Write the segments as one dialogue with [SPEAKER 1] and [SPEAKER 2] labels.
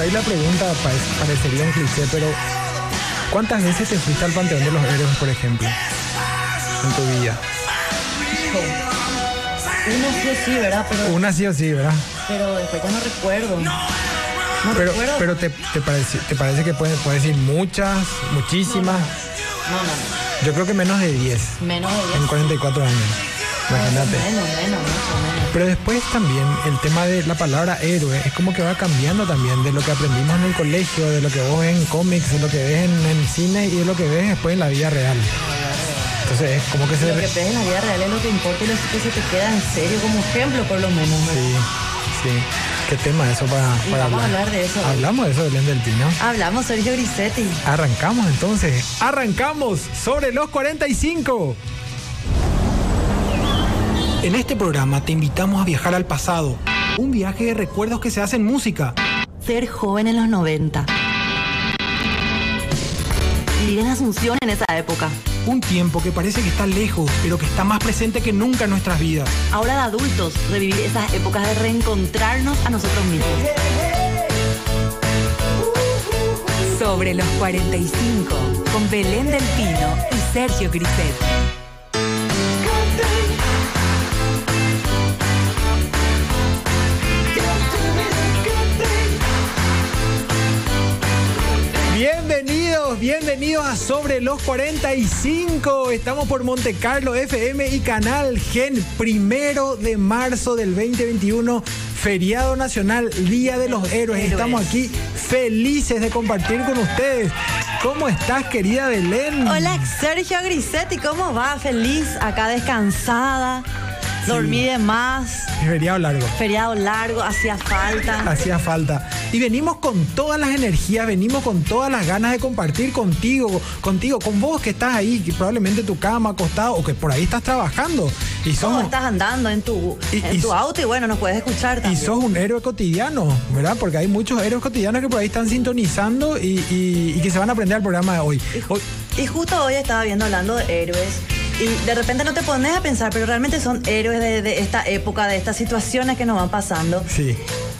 [SPEAKER 1] ahí la pregunta pa- parecería un cliché, pero ¿cuántas veces te fuiste al Panteón de los Héroes, por ejemplo? En tu vida.
[SPEAKER 2] Hijo. Uno sí o sí, ¿verdad? Pero,
[SPEAKER 1] Una sí o sí, ¿verdad?
[SPEAKER 2] pero después ya no recuerdo. No
[SPEAKER 1] Pero,
[SPEAKER 2] recuerdo.
[SPEAKER 1] pero te, te, parece, te parece que puedes, puedes ir muchas, muchísimas.
[SPEAKER 2] No, no, no.
[SPEAKER 1] Yo creo que menos de 10
[SPEAKER 2] Menos de
[SPEAKER 1] en
[SPEAKER 2] 10.
[SPEAKER 1] 44 años. Imagínate.
[SPEAKER 2] Menos, menos, mucho menos.
[SPEAKER 1] Pero después también el tema de la palabra héroe es como que va cambiando también de lo que aprendimos en el colegio, de lo que vos ves en cómics, de lo que ves en, en cine y de lo que ves después en la vida real. Entonces es como que se...
[SPEAKER 2] Lo que
[SPEAKER 1] re-
[SPEAKER 2] ves en la vida real es lo que importa y lo que se te queda en serio como ejemplo, por lo menos. ¿verdad?
[SPEAKER 1] Sí, sí. ¿Qué tema eso para,
[SPEAKER 2] Y
[SPEAKER 1] para
[SPEAKER 2] vamos a
[SPEAKER 1] hablar?
[SPEAKER 2] hablar de eso.
[SPEAKER 1] Hablamos de eso, Belén del Pino.
[SPEAKER 2] Hablamos, Sergio Grisetti.
[SPEAKER 1] Arrancamos entonces. Arrancamos sobre los 45. En este programa te invitamos a viajar al pasado. Un viaje de recuerdos que se hace en música.
[SPEAKER 3] Ser joven en los 90. Vivir en Asunción en esa época.
[SPEAKER 1] Un tiempo que parece que está lejos, pero que está más presente que nunca en nuestras vidas.
[SPEAKER 3] Ahora de adultos, revivir esas épocas de reencontrarnos a nosotros mismos.
[SPEAKER 4] Sobre los 45, con Belén Del Pino y Sergio Griset.
[SPEAKER 1] Bienvenidos, bienvenidos a Sobre los 45. Estamos por Monte Carlo FM y Canal Gen, primero de marzo del 2021, feriado nacional, Día de los Héroes. Estamos aquí felices de compartir con ustedes. ¿Cómo estás, querida Belén?
[SPEAKER 5] Hola Sergio Grisetti, ¿cómo va? Feliz, acá descansada, dormí de más,
[SPEAKER 1] Feriado largo.
[SPEAKER 5] feriado largo, hacía falta.
[SPEAKER 1] Hacía falta. Y venimos con todas las energías, venimos con todas las ganas de compartir contigo, contigo, con vos que estás ahí, que probablemente en tu cama, acostado, o que por ahí estás trabajando. Y
[SPEAKER 5] ¿Cómo
[SPEAKER 1] somos,
[SPEAKER 5] estás andando en tu,
[SPEAKER 1] Y-
[SPEAKER 5] en
[SPEAKER 1] y-
[SPEAKER 5] tu auto? Y bueno, nos puedes escuchar
[SPEAKER 1] y
[SPEAKER 5] también.
[SPEAKER 1] sos un héroe cotidiano, ¿verdad? Porque hay muchos héroes cotidianos que por ahí están sintonizando y, y- y que se van a aprender al programa de hoy. Hoy-
[SPEAKER 5] Y justo hoy estaba viendo hablando de héroes. Y de repente no te pones a pensar, pero realmente son héroes de, de esta época, de estas situaciones que nos van pasando.
[SPEAKER 1] sí,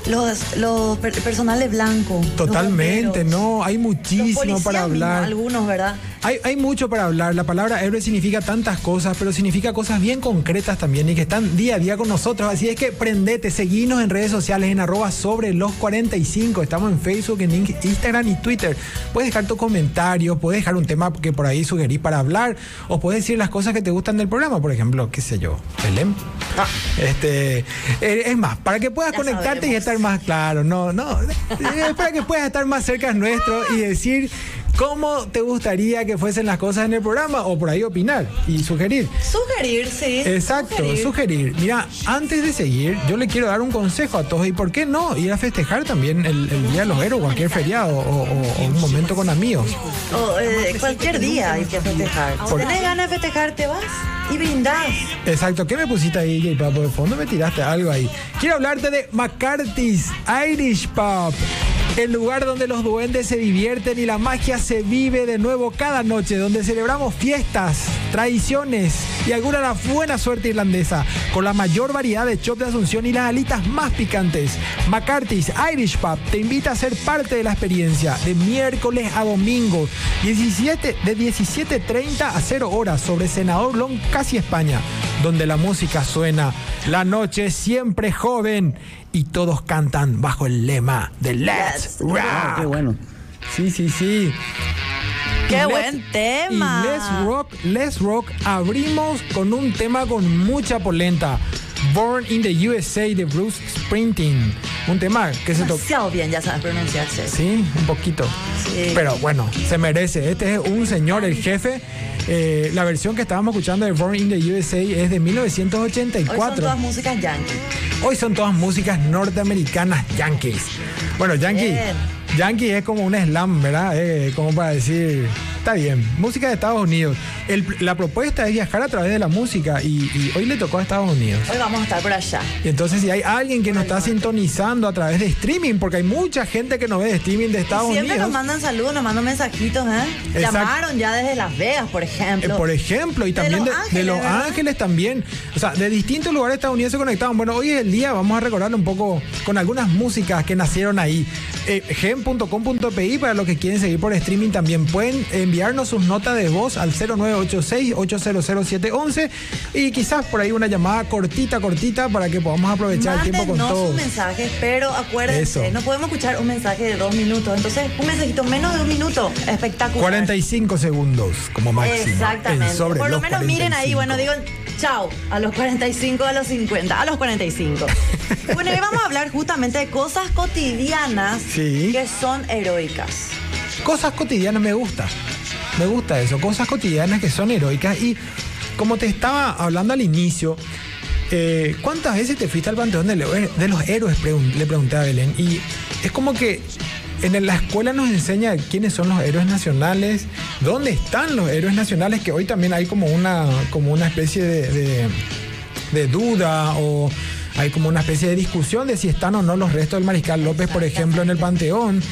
[SPEAKER 5] Los, los per- personal de blanco. los
[SPEAKER 1] totalmente,
[SPEAKER 5] bomberos,
[SPEAKER 1] ¿no? Hay
[SPEAKER 5] los
[SPEAKER 1] muchísimo
[SPEAKER 5] policías
[SPEAKER 1] para
[SPEAKER 5] mismos,
[SPEAKER 1] hablar.
[SPEAKER 5] Algunos, ¿verdad?
[SPEAKER 1] Hay, hay mucho para hablar. La palabra héroe significa tantas cosas, pero significa cosas bien concretas también y que están día a día con nosotros. Así es que prendete, seguinos en redes sociales en arroba sobre los 45. Estamos en Facebook, en In- Instagram y Twitter. Puedes dejar tu comentario, puedes dejar un tema que por ahí sugerís para hablar o puedes decir las cosas que te gustan del programa. Por ejemplo, qué sé yo, Belén. Este, eh, es más, para que puedas
[SPEAKER 5] Ya
[SPEAKER 1] conectarte y
[SPEAKER 5] sabemos.
[SPEAKER 1] estar más claro, no, no, eh, para que puedas estar más cerca nuestro y decir cómo te gustaría que fuesen las cosas en el programa o por ahí opinar y sugerir.
[SPEAKER 5] Sugerir, sí.
[SPEAKER 1] Exacto, sugerir. Mira, antes de seguir, yo le quiero dar un consejo a todos y por qué no ir a festejar también el, el Día de los Héroes, cualquier feriado o, o- o un momento con amigos.
[SPEAKER 5] O, eh, cualquier día hay que festejar. Si
[SPEAKER 1] Por-
[SPEAKER 5] tenés ganas de festejar, te vas y brindás.
[SPEAKER 1] Exacto, ¿qué me pusiste ahí, J Papo? De fondo me tiraste algo ahí. Quiero hablarte de McCarthy's Irish Pub. El lugar donde los duendes se divierten y la magia se vive de nuevo cada noche, donde celebramos fiestas, tradiciones y alguna la buena suerte irlandesa, con la mayor variedad de chop de Asunción y las alitas más picantes. McCarthy's Irish Pub te invita a ser parte de la experiencia de miércoles a domingo, 17, de 17.30 a 0 horas, sobre Senador Long, casi España, donde la música suena, la noche siempre joven y todos cantan bajo el lema de Let's
[SPEAKER 6] Ah, qué
[SPEAKER 1] Rock.
[SPEAKER 6] bueno.
[SPEAKER 1] Sí, sí, sí.
[SPEAKER 5] ¡Qué
[SPEAKER 1] Y let's-
[SPEAKER 5] buen tema!
[SPEAKER 1] Y Let's Rock, Let's Rock, abrimos con un tema con mucha polenta. Born in the USA de Bruce Springsteen. Un tema que se tocó.
[SPEAKER 5] Demasiado bien, ya sabes pronunciarse.
[SPEAKER 1] Sí, un poquito.
[SPEAKER 5] Sí.
[SPEAKER 1] Pero bueno, se merece. Este es un señor, el jefe. Eh, la versión que estábamos escuchando de Born in the USA es de
[SPEAKER 5] Hoy
[SPEAKER 1] 1984.
[SPEAKER 5] son todas músicas yankee.
[SPEAKER 1] Hoy son todas músicas norteamericanas yankees. Bueno, yankee,
[SPEAKER 5] Bien.
[SPEAKER 1] yankee es como un slam, ¿verdad? Eh, como para decir, está bien, música de Estados Unidos. El- la propuesta es viajar a través de la música y, y hoy le tocó a Estados Unidos.
[SPEAKER 5] Hoy vamos a estar por allá.
[SPEAKER 1] Y entonces si hay alguien que nos está sintonizando a través de streaming, porque hay mucha gente que nos ve de streaming de Estados
[SPEAKER 5] Y siempre
[SPEAKER 1] Unidos.
[SPEAKER 5] nos mandan saludos, nos mandan mensajitos, ¿eh?
[SPEAKER 1] Exacto.
[SPEAKER 5] Llamaron ya desde Las Vegas, por
[SPEAKER 1] Eh,
[SPEAKER 5] ejemplo.
[SPEAKER 1] por ejemplo, y
[SPEAKER 5] De
[SPEAKER 1] también de
[SPEAKER 5] Los
[SPEAKER 1] de Los,
[SPEAKER 5] Ángeles, ¿verdad?
[SPEAKER 1] Ángeles también. O sea, de distintos lugares estadounidenses conectados. Bueno, hoy es el día, vamos a recordar un poco con algunas músicas que nacieron ahí. eh, gen.com.pi para los que quieren seguir por streaming también pueden enviarnos sus notas de voz al 0986-800711 y quizás por ahí una llamada cortita, cortita para que podamos aprovechar el tiempo con
[SPEAKER 5] Mándenos
[SPEAKER 1] todos.
[SPEAKER 5] sus mensajes, pero acuérdense,
[SPEAKER 1] Eso.
[SPEAKER 5] no podemos escuchar un mensaje de dos minutos. Entonces, un mensajito menos de un minuto. Espectacular.
[SPEAKER 1] 45 segundos como máximo.
[SPEAKER 5] Exactamente.
[SPEAKER 1] El sobre
[SPEAKER 5] Por lo
[SPEAKER 1] los
[SPEAKER 5] menos miren ahí,
[SPEAKER 1] 45.
[SPEAKER 5] bueno, digo, chao, a los 45, a los 50, a los 45. bueno, hoy vamos a hablar justamente de cosas cotidianas
[SPEAKER 1] Sí.
[SPEAKER 5] que son heroicas.
[SPEAKER 1] Cosas cotidianas me gusta. Me gusta eso. Cosas cotidianas que son heroicas. Y como te estaba hablando al inicio, eh, ¿cuántas veces te fuiste al panteón de, lo- de los héroes? Pregun- Le pregunté a Belén. Y es como que en la escuela nos enseña quiénes son los héroes nacionales, dónde están los héroes nacionales, que hoy también hay como una, como una especie de- de de duda o hay como una especie de discusión de si están o no los restos del mariscal López, por ejemplo, en el Panteón.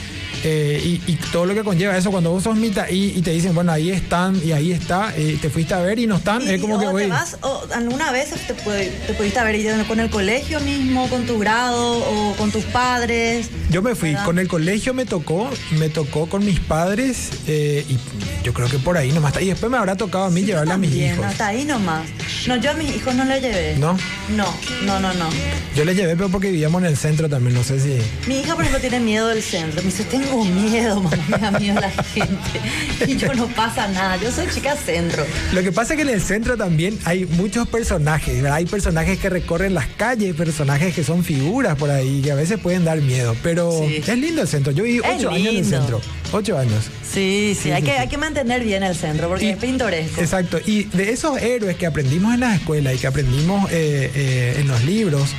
[SPEAKER 1] eh, y, y todo lo que conlleva eso, cuando vos sos mitad y, y te dicen, bueno, ahí están y ahí está, eh, te fuiste a ver y no están,
[SPEAKER 5] Y-
[SPEAKER 1] es como que
[SPEAKER 5] o te
[SPEAKER 1] güey,
[SPEAKER 5] vas, o alguna vez te, pu- te pudiste haber ido con el colegio mismo, con tu grado o con tus padres.
[SPEAKER 1] Yo me fui,
[SPEAKER 5] ¿verdad?
[SPEAKER 1] con el colegio me tocó, me tocó con mis padres eh, y yo creo que por ahí nomás está. Y después me habrá tocado a mí
[SPEAKER 5] Sí, yo
[SPEAKER 1] llevarle a mis
[SPEAKER 5] también,
[SPEAKER 1] hijos.
[SPEAKER 5] Hasta ahí nomás. No, yo a mis hijos no le llevé.
[SPEAKER 1] ¿No?
[SPEAKER 5] No, no, no, no.
[SPEAKER 1] Yo les llevé, pero porque vivíamos en el centro también, no sé si...
[SPEAKER 5] Mi hija, por ejemplo, tiene miedo del centro. Me dice, tengo miedo, mamá, me da miedo la gente. Y yo no pasa nada, yo soy chica centro.
[SPEAKER 1] Lo que pasa es que en el centro también hay muchos personajes, ¿verdad? Hay personajes que recorren las calles, personajes que son figuras por ahí, que a veces pueden dar miedo. Pero
[SPEAKER 5] Sí.
[SPEAKER 1] es lindo el centro. Yo viví
[SPEAKER 5] Es
[SPEAKER 1] ocho años en el
[SPEAKER 5] lindo.
[SPEAKER 1] centro. Ocho años.
[SPEAKER 5] Sí, sí, hay, que, hay que mantener bien el centro porque
[SPEAKER 1] Y-
[SPEAKER 5] es pintoresco.
[SPEAKER 1] Exacto. Y de esos héroes que aprendimos en las escuelas y que aprendimos eh, eh, en los libros,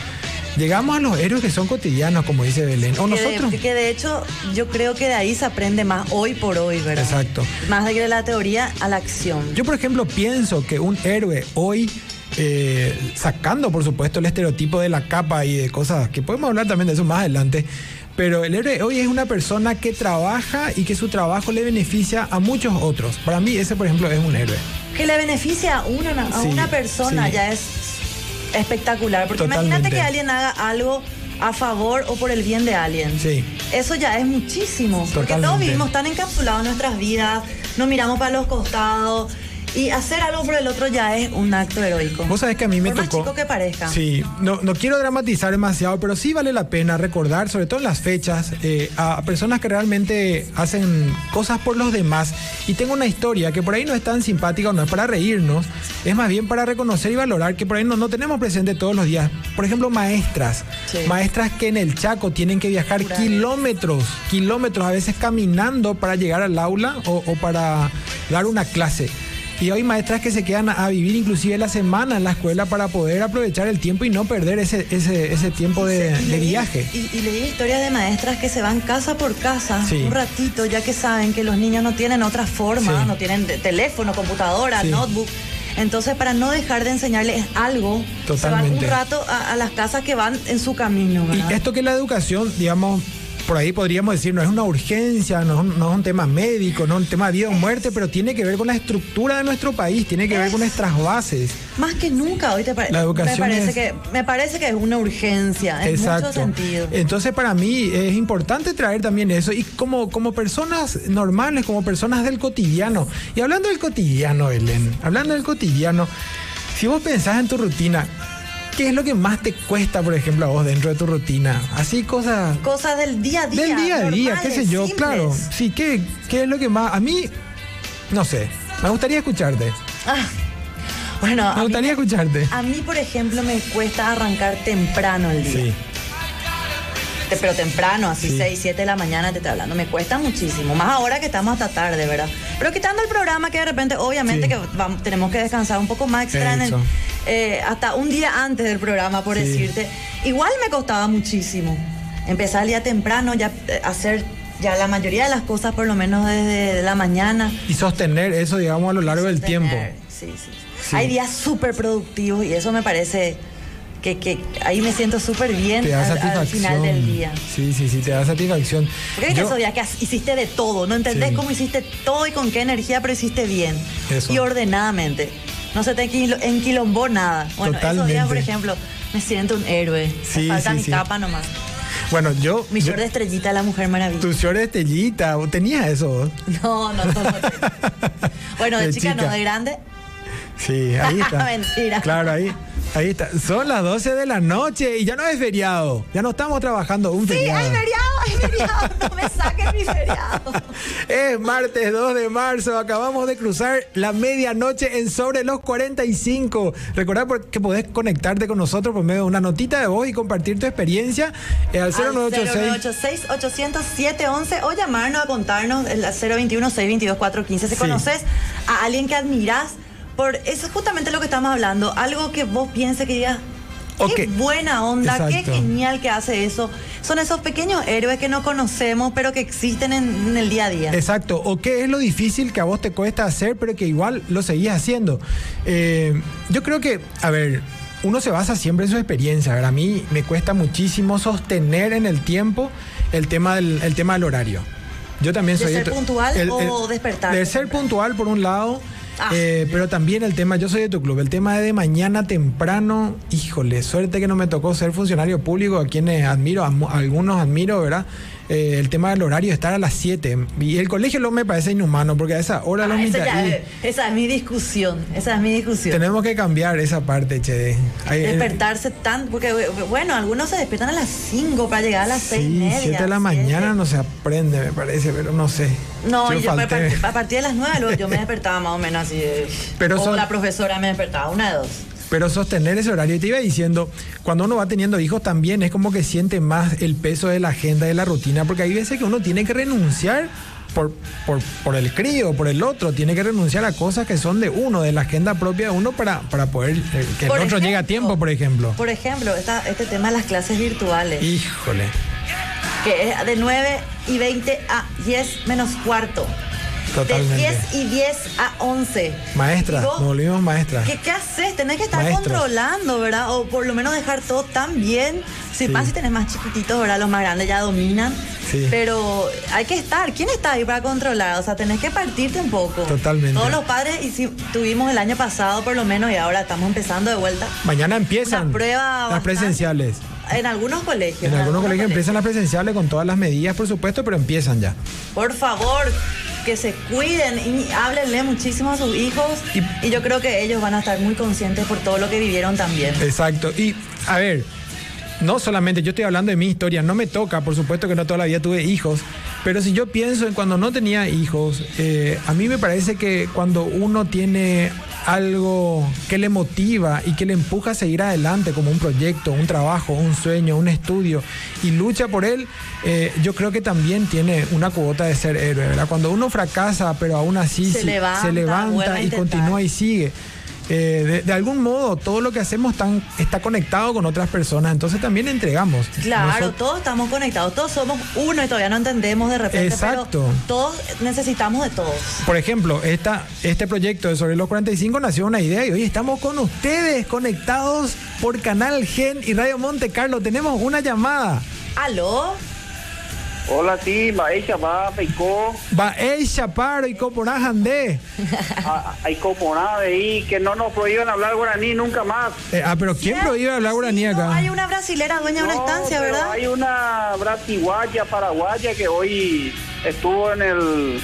[SPEAKER 1] llegamos a los héroes que son cotidianos, como dice Belén. O
[SPEAKER 5] Que de-
[SPEAKER 1] nosotros.
[SPEAKER 5] Que de, hecho yo creo que de ahí se aprende más hoy por hoy, ¿verdad?
[SPEAKER 1] Exacto.
[SPEAKER 5] Más de que de la teoría a la acción.
[SPEAKER 1] Yo, por ejemplo, pienso que un héroe hoy, eh, sacando por supuesto el estereotipo de la capa y de cosas que podemos hablar también de eso más adelante, pero el héroe hoy es una persona que trabaja y que su trabajo le beneficia a muchos otros. Para mí, ese, por ejemplo, es un héroe.
[SPEAKER 5] que le beneficia a una, a
[SPEAKER 1] Sí,
[SPEAKER 5] una persona
[SPEAKER 1] sí.
[SPEAKER 5] ya es espectacular. Porque
[SPEAKER 1] Totalmente.
[SPEAKER 5] imagínate que alguien haga algo a favor o por el bien de alguien.
[SPEAKER 1] Sí.
[SPEAKER 5] Eso ya es muchísimo. Porque todos
[SPEAKER 1] Totalmente.
[SPEAKER 5] vivimos tan encapsulados en nuestras vidas, nos miramos para los costados. Y hacer algo por el otro ya es un acto heroico.
[SPEAKER 1] Vos sabés que a mí me
[SPEAKER 5] Por más
[SPEAKER 1] tocó.
[SPEAKER 5] chico que parezca.
[SPEAKER 1] Sí, no, no quiero dramatizar demasiado, pero sí vale la pena recordar, sobre todo en las fechas, eh, a personas que realmente hacen cosas por los demás. Y tengo una historia que por ahí no es tan simpática o no es para reírnos, es más bien para reconocer y valorar que por ahí no, no tenemos presente todos los días. Por ejemplo, maestras.
[SPEAKER 5] Sí.
[SPEAKER 1] Maestras que en el Chaco tienen que viajar kilómetros, kilómetros, a veces caminando para llegar al aula o, o para dar una clase. Y hay maestras que se quedan a a vivir inclusive la semana en la escuela para poder aprovechar el tiempo y no perder ese, ese, ese tiempo de,
[SPEAKER 5] Y
[SPEAKER 1] de
[SPEAKER 5] leí-
[SPEAKER 1] viaje.
[SPEAKER 5] Y, y leí historias de maestras que se van casa por casa
[SPEAKER 1] Sí.
[SPEAKER 5] un ratito, ya que saben que los niños no tienen otra forma,
[SPEAKER 1] Sí.
[SPEAKER 5] no tienen de- teléfono, computadora,
[SPEAKER 1] Sí.
[SPEAKER 5] notebook. Entonces, para no dejar de enseñarles algo,
[SPEAKER 1] Totalmente.
[SPEAKER 5] se van un rato a, a las casas que van en su camino.
[SPEAKER 1] Y
[SPEAKER 5] ¿verdad?
[SPEAKER 1] esto que la educación, digamos, por ahí podríamos decir, no es una urgencia, no es un, no es un tema médico, no es un tema de vida o muerte, pero tiene que ver con la estructura de nuestro país, tiene que ver con nuestras bases.
[SPEAKER 5] Más que nunca hoy te pare-
[SPEAKER 1] La educación
[SPEAKER 5] me parece
[SPEAKER 1] es-
[SPEAKER 5] que me parece que es una urgencia en
[SPEAKER 1] Exacto. Eh,
[SPEAKER 5] mucho sentido.
[SPEAKER 1] Entonces para mí es importante traer también eso y como, como personas normales, como personas del cotidiano. Y hablando del cotidiano, Belén, hablando del cotidiano, si vos pensás en tu rutina, ¿qué es lo que más te cuesta, por ejemplo, a vos dentro de tu rutina? Así cosas
[SPEAKER 5] Cosas del día a día.
[SPEAKER 1] del día a día, qué
[SPEAKER 5] normales,
[SPEAKER 1] sé yo,
[SPEAKER 5] simples.
[SPEAKER 1] claro. Sí, ¿qué, ¿qué es lo que más? A mí, no sé, me gustaría escucharte.
[SPEAKER 5] Ah, bueno, a
[SPEAKER 1] Me
[SPEAKER 5] mí
[SPEAKER 1] gustaría escucharte.
[SPEAKER 5] A mí, por ejemplo, me cuesta arrancar temprano el día.
[SPEAKER 1] Sí,
[SPEAKER 5] Te- Pero temprano, así
[SPEAKER 1] Sí.
[SPEAKER 5] 6, 7 de la mañana te estoy hablando. Me cuesta muchísimo. Más ahora que estamos hasta tarde, ¿verdad? Pero quitando el programa que de repente, obviamente,
[SPEAKER 1] Sí.
[SPEAKER 5] que vam- tenemos que descansar un poco más extra en el-
[SPEAKER 1] Eso.
[SPEAKER 5] eh, hasta un día antes del programa, por
[SPEAKER 1] Sí.
[SPEAKER 5] decirte. Igual me costaba muchísimo. Empezar el día temprano, ya eh, hacer ya la mayoría de las cosas, por lo menos desde la mañana.
[SPEAKER 1] y sostener eso, digamos, a lo largo del
[SPEAKER 5] Sostener,
[SPEAKER 1] tiempo.
[SPEAKER 5] Sí, sí.
[SPEAKER 1] Sí.
[SPEAKER 5] Hay días súper productivos y eso me parece que, que ahí me siento súper bien
[SPEAKER 1] Te da
[SPEAKER 5] al,
[SPEAKER 1] satisfacción.
[SPEAKER 5] al final del día.
[SPEAKER 1] Sí, sí, sí, te da satisfacción.
[SPEAKER 5] Porque hay
[SPEAKER 1] Yo-
[SPEAKER 5] esos días que has- hiciste de todo, ¿no entendés
[SPEAKER 1] Sí.
[SPEAKER 5] cómo hiciste todo y con qué energía, pero hiciste bien
[SPEAKER 1] Eso.
[SPEAKER 5] y ordenadamente. No se te enquilo- enquilombó nada. Bueno, esos días, por
[SPEAKER 1] Totalmente.
[SPEAKER 5] ejemplo, me siento un héroe.
[SPEAKER 1] Sí,
[SPEAKER 5] me falta
[SPEAKER 1] sí,
[SPEAKER 5] mi
[SPEAKER 1] sí.
[SPEAKER 5] capa nomás.
[SPEAKER 1] Bueno, yo.
[SPEAKER 5] Mi
[SPEAKER 1] yo-
[SPEAKER 5] short de estrellita, la mujer maravilla.
[SPEAKER 1] Tu short de estrellita, vos tenías eso. vos?
[SPEAKER 5] No, no, no, no. Bueno, de,
[SPEAKER 1] De
[SPEAKER 5] chica, no,
[SPEAKER 1] chica.
[SPEAKER 5] de grande.
[SPEAKER 1] Sí, ahí está.
[SPEAKER 5] Mentira.
[SPEAKER 1] Claro, ahí. Ahí está. Son las 12 de la noche y ya no es feriado. Ya no estamos trabajando un
[SPEAKER 5] Sí,
[SPEAKER 1] feriado.
[SPEAKER 5] hay feriado, hay feriado. No me saquen mi feriado.
[SPEAKER 1] Es martes 2 de marzo, acabamos de cruzar la medianoche en sobre los 45. Recordad por- que podés conectarte con nosotros por medio de una notita de voz y compartir tu experiencia eh, al 0986.
[SPEAKER 5] 0986-800-711 o llamarnos a contarnos el 021-622-415. Si
[SPEAKER 1] Sí.
[SPEAKER 5] conoces a alguien que admirás, por eso es justamente lo que estamos hablando. Algo que vos pienses que digas.
[SPEAKER 1] O
[SPEAKER 5] Qué
[SPEAKER 1] que-
[SPEAKER 5] buena onda, qué
[SPEAKER 1] Exacto.
[SPEAKER 5] genial que hace eso. Son esos pequeños héroes que no conocemos, pero que existen en, en el día a día.
[SPEAKER 1] Exacto, o qué es lo difícil que a vos te cuesta hacer, pero que igual lo seguís haciendo. Eh, yo creo que, a ver, uno se basa siempre en su experiencia. A, ver, a mí me cuesta muchísimo sostener en el tiempo el tema del, el tema del horario. Yo también
[SPEAKER 5] ¿De
[SPEAKER 1] soy.
[SPEAKER 5] ser
[SPEAKER 1] tu-
[SPEAKER 5] puntual o despertar?
[SPEAKER 1] De ser puntual por un lado,
[SPEAKER 5] Ah.
[SPEAKER 1] eh, pero también el tema, yo soy de tu club, el tema de mañana temprano, híjole, suerte que no me tocó ser funcionario público, a quienes admiro, a, mu- a algunos admiro, ¿verdad? Eh, el tema del horario, estar a las 7. Y el colegio lo me parece inhumano, porque a esa hora
[SPEAKER 5] Ah,
[SPEAKER 1] los
[SPEAKER 5] esa,
[SPEAKER 1] mitad-
[SPEAKER 5] ya-
[SPEAKER 1] y
[SPEAKER 5] esa es mi discusión, esa es mi discusión.
[SPEAKER 1] Tenemos que cambiar esa parte, che. Ay, eh,
[SPEAKER 5] Despertarse tan, porque eh, bueno, algunos se despiertan a las 5 para llegar a las 6 y
[SPEAKER 1] Sí,
[SPEAKER 5] media.
[SPEAKER 1] 7 de la
[SPEAKER 5] siete.
[SPEAKER 1] mañana no se aprende, me parece, pero no sé.
[SPEAKER 5] No, yo a,
[SPEAKER 1] falté.
[SPEAKER 5] partir, a partir de las 9 luego yo me despertaba más o menos así. de-
[SPEAKER 1] Pero
[SPEAKER 5] o
[SPEAKER 1] son-
[SPEAKER 5] la profesora me despertaba, una de dos.
[SPEAKER 1] Pero sostener ese horario, y te iba diciendo, cuando uno va teniendo hijos también es como que siente más el peso de la agenda, de la rutina, porque hay veces que uno tiene que renunciar por, por, por el crío, por el otro, tiene que renunciar a cosas que son de uno, de la agenda propia de uno para, para poder eh, que el
[SPEAKER 5] Por
[SPEAKER 1] otro llegue a
[SPEAKER 5] ejemplo.
[SPEAKER 1] tiempo, por ejemplo.
[SPEAKER 5] Por ejemplo, esta- este tema de las clases virtuales,
[SPEAKER 1] Híjole.
[SPEAKER 5] que es de 9 y 20 a 10 menos cuarto.
[SPEAKER 1] Totalmente.
[SPEAKER 5] De 10 y 10 a 11.
[SPEAKER 1] Maestra,
[SPEAKER 5] Y vos-
[SPEAKER 1] nos volvimos maestras.
[SPEAKER 5] ¿Qué, ¿Qué haces? Tenés que estar
[SPEAKER 1] Maestros.
[SPEAKER 5] controlando, ¿verdad? O por lo menos dejar todo tan bien. Si
[SPEAKER 1] Sí.
[SPEAKER 5] más si tenés más chiquititos, ¿verdad? Los más grandes ya dominan.
[SPEAKER 1] Sí.
[SPEAKER 5] Pero hay que estar. ¿Quién está ahí para controlar? O sea, tenés que partirte un poco.
[SPEAKER 1] Totalmente.
[SPEAKER 5] Todos los padres y si tuvimos el año pasado por lo menos y ahora estamos empezando de vuelta
[SPEAKER 1] Mañana empiezan
[SPEAKER 5] Una prueba
[SPEAKER 1] las
[SPEAKER 5] bastante-
[SPEAKER 1] presenciales.
[SPEAKER 5] en algunos colegios.
[SPEAKER 1] En algunos colegios empiezan las presenciales con todas las medidas, por supuesto, pero empiezan ya.
[SPEAKER 5] Por favor, que se cuiden y háblenle muchísimo a sus hijos.
[SPEAKER 1] Y-
[SPEAKER 5] y yo creo que ellos van a estar muy conscientes por todo lo que vivieron también.
[SPEAKER 1] Exacto. Y, a ver, no solamente yo estoy hablando de mi historia, no me toca, por supuesto que no toda la vida tuve hijos, pero si yo pienso en cuando no tenía hijos, eh, a mí me parece que cuando uno tiene algo que le motiva y que le empuja a seguir adelante, como un proyecto, un trabajo, un sueño, un estudio, y lucha por él, eh, yo creo que también tiene una cuota de ser héroe, ¿verdad? Cuando uno fracasa, pero aún así
[SPEAKER 5] Se
[SPEAKER 1] sí,
[SPEAKER 5] levanta, vuelve a
[SPEAKER 1] y
[SPEAKER 5] intentar.
[SPEAKER 1] continúa y sigue. Eh, de, de algún modo, todo lo que hacemos tan, está conectado con otras personas, entonces también entregamos.
[SPEAKER 5] Claro,
[SPEAKER 1] Nosot-
[SPEAKER 5] todos estamos conectados, todos somos uno y todavía no entendemos de repente,
[SPEAKER 1] Exacto.
[SPEAKER 5] pero todos necesitamos de todos.
[SPEAKER 1] por ejemplo, esta, este proyecto de Sobre los 45 nació una idea y hoy estamos con ustedes conectados por Canal Gen y Radio Monte Carlo. Tenemos una llamada.
[SPEAKER 5] ¿Aló?
[SPEAKER 6] Hola, sí, maesha, va, peicó,
[SPEAKER 1] Va El Chaparo y Coporajandé.
[SPEAKER 6] a- hay como nada de ahí, que no nos prohíban hablar guaraní nunca más.
[SPEAKER 1] Eh, ah, pero ¿quién prohíbe hablar guaraní
[SPEAKER 5] Sí, no,
[SPEAKER 1] acá?
[SPEAKER 5] hay una brasilera dueña de una
[SPEAKER 6] No,
[SPEAKER 5] estancia,
[SPEAKER 6] pero
[SPEAKER 5] ¿verdad?
[SPEAKER 6] Hay una bratiguaya paraguaya que hoy estuvo en el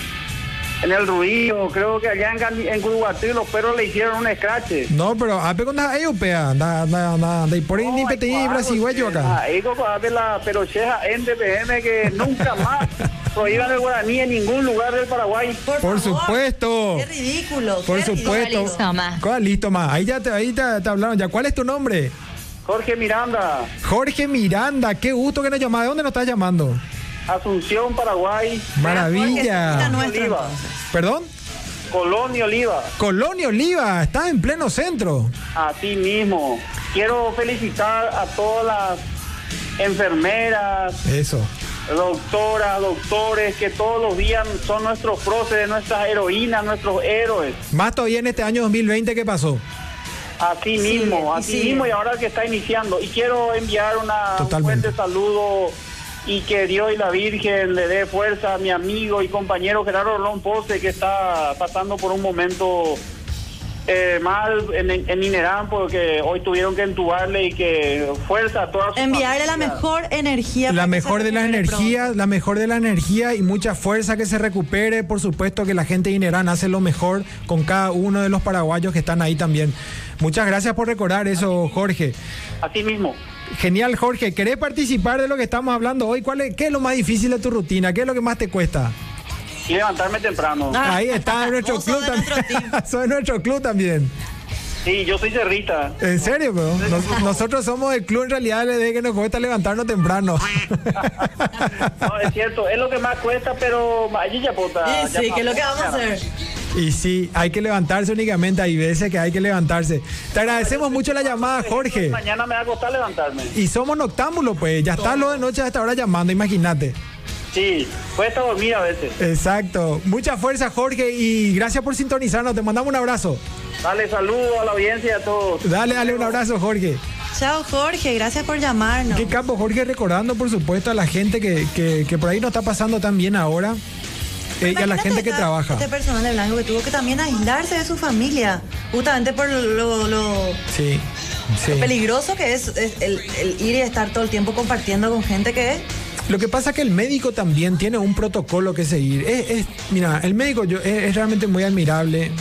[SPEAKER 6] en el ruido, creo que allá en, Gan- en Guruguatí los perros le hicieron un escrache.
[SPEAKER 1] No, pero a pe con da europea, da da da da y por ahí ni pete y brasigüeyo acá.
[SPEAKER 6] Ahí como hace la perocheja en DPM que nunca más prohíban el guaraní en ningún lugar del Paraguay.
[SPEAKER 1] Por
[SPEAKER 5] favor.
[SPEAKER 1] supuesto.
[SPEAKER 5] Qué ridículo.
[SPEAKER 1] Por
[SPEAKER 5] qué
[SPEAKER 1] supuesto.
[SPEAKER 5] ridículo.
[SPEAKER 4] Tomás.
[SPEAKER 1] ¿Cuál? Listo, más. Ahí ya te, ahí te, te hablaron ya. ¿Cuál es tu nombre?
[SPEAKER 6] Jorge Miranda,
[SPEAKER 1] Jorge Miranda. Qué gusto que nos llamás. ¿De dónde nos estás llamando?
[SPEAKER 6] Asunción, Paraguay,
[SPEAKER 5] Esta
[SPEAKER 1] Maravilla.
[SPEAKER 5] nuestra,
[SPEAKER 6] Oliva.
[SPEAKER 5] entonces.
[SPEAKER 1] Perdón.
[SPEAKER 6] Colonia Oliva.
[SPEAKER 1] Colonia Oliva. Estás en pleno centro.
[SPEAKER 6] A ti mismo. Quiero felicitar a todas las enfermeras,
[SPEAKER 1] Eso.
[SPEAKER 6] doctoras, doctores, que todos los días son nuestros próceres, nuestras heroínas, nuestros héroes.
[SPEAKER 1] Más todavía en este año 2020 que pasó.
[SPEAKER 6] A ti mismo,
[SPEAKER 5] y
[SPEAKER 6] a ti
[SPEAKER 5] sigue.
[SPEAKER 6] mismo y ahora que está iniciando. Y quiero enviar una, un
[SPEAKER 1] Totalmente.
[SPEAKER 6] fuerte saludo y que Dios y la Virgen le dé fuerza a mi amigo y compañero Gerardo Orlón Pose, que está pasando por un momento eh, mal en, en Inerán porque hoy tuvieron que entubarle y que fuerza a todas
[SPEAKER 5] Enviarle la mejor energía.
[SPEAKER 1] La
[SPEAKER 5] para que
[SPEAKER 1] mejor
[SPEAKER 5] se
[SPEAKER 1] de las
[SPEAKER 5] recupere pronto.
[SPEAKER 1] energías, la mejor de la energía y mucha fuerza que se recupere. Por supuesto que la gente de Inerán hace lo mejor con cada uno de los paraguayos que están ahí también. Muchas gracias por recordar eso, Jorge.
[SPEAKER 6] Así mismo.
[SPEAKER 1] Genial, Jorge. ¿Querés participar de lo que estamos hablando hoy? ¿Cuál es, ¿Qué es lo más difícil de tu rutina? ¿Qué es lo que más te cuesta?
[SPEAKER 6] Y levantarme temprano.
[SPEAKER 5] Ah,
[SPEAKER 1] Ahí está nuestro
[SPEAKER 5] vos
[SPEAKER 1] club
[SPEAKER 5] sos de
[SPEAKER 1] también.
[SPEAKER 5] nuestro team.
[SPEAKER 1] Soy nuestro club también.
[SPEAKER 6] Sí, yo soy cerrita.
[SPEAKER 1] ¿En serio, bro? Nos- nosotros somos el club en realidad desde que nos cuesta levantarnos temprano.
[SPEAKER 6] No, es cierto, es lo que más cuesta, pero allí ya puta.
[SPEAKER 5] Sí,
[SPEAKER 6] ya
[SPEAKER 5] sí, que es lo que vamos a hacer.
[SPEAKER 1] Y sí, hay que levantarse únicamente, hay veces que hay que levantarse. Te agradecemos mucho la llamada, Jorge.
[SPEAKER 6] Mañana me va a costar levantarme.
[SPEAKER 1] Y somos noctámbulos, pues, ya está lo de noche hasta ahora llamando, imagínate.
[SPEAKER 6] Sí, cuesta dormir a veces.
[SPEAKER 1] Exacto. Mucha fuerza, Jorge, y gracias por sintonizarnos. Te mandamos un abrazo.
[SPEAKER 6] Dale saludos a la audiencia y a todos.
[SPEAKER 1] Dale, dale un abrazo, Jorge.
[SPEAKER 5] Chao, Jorge. Gracias por llamarnos.
[SPEAKER 1] Qué campo, Jorge, recordando, por supuesto, a la gente que, que- que por ahí no está pasando tan bien ahora eh, y a la
[SPEAKER 5] Imagínate
[SPEAKER 1] gente que
[SPEAKER 5] esta-
[SPEAKER 1] trabaja.
[SPEAKER 5] Este personal de blanco que tuvo que también aislarse de su familia, justamente por lo, lo-
[SPEAKER 1] Sí, sí.
[SPEAKER 5] lo peligroso que es, es el, el ir y estar todo el tiempo compartiendo con gente que es.
[SPEAKER 1] Lo que pasa es que el médico también tiene un protocolo que seguir. Es, es- mira, el médico yo, es, es realmente muy admirable.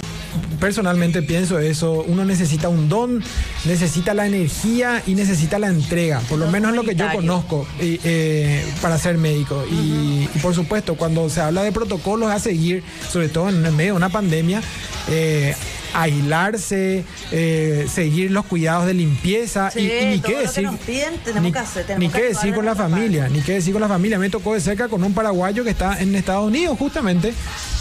[SPEAKER 1] Personalmente pienso eso. Uno necesita un don, necesita la energía y necesita la entrega. Por lo menos es lo que yo conozco y, eh, para ser médico. Y, y por supuesto, cuando se habla de protocolos a seguir, sobre todo en medio de una pandemia, eh, aislarse, eh, seguir los cuidados de limpieza y,
[SPEAKER 5] Sí,
[SPEAKER 1] y ni
[SPEAKER 5] todo
[SPEAKER 1] qué
[SPEAKER 5] lo que
[SPEAKER 1] decir.
[SPEAKER 5] nos piden tenemos
[SPEAKER 1] ni-
[SPEAKER 5] que hacer, tenemos
[SPEAKER 1] ni
[SPEAKER 5] que
[SPEAKER 1] qué
[SPEAKER 5] actuar
[SPEAKER 1] decir
[SPEAKER 5] de
[SPEAKER 1] con la
[SPEAKER 5] nuestra parte.
[SPEAKER 1] familia. Ni qué decir con la familia, me tocó de cerca con un paraguayo que está en Estados Unidos justamente,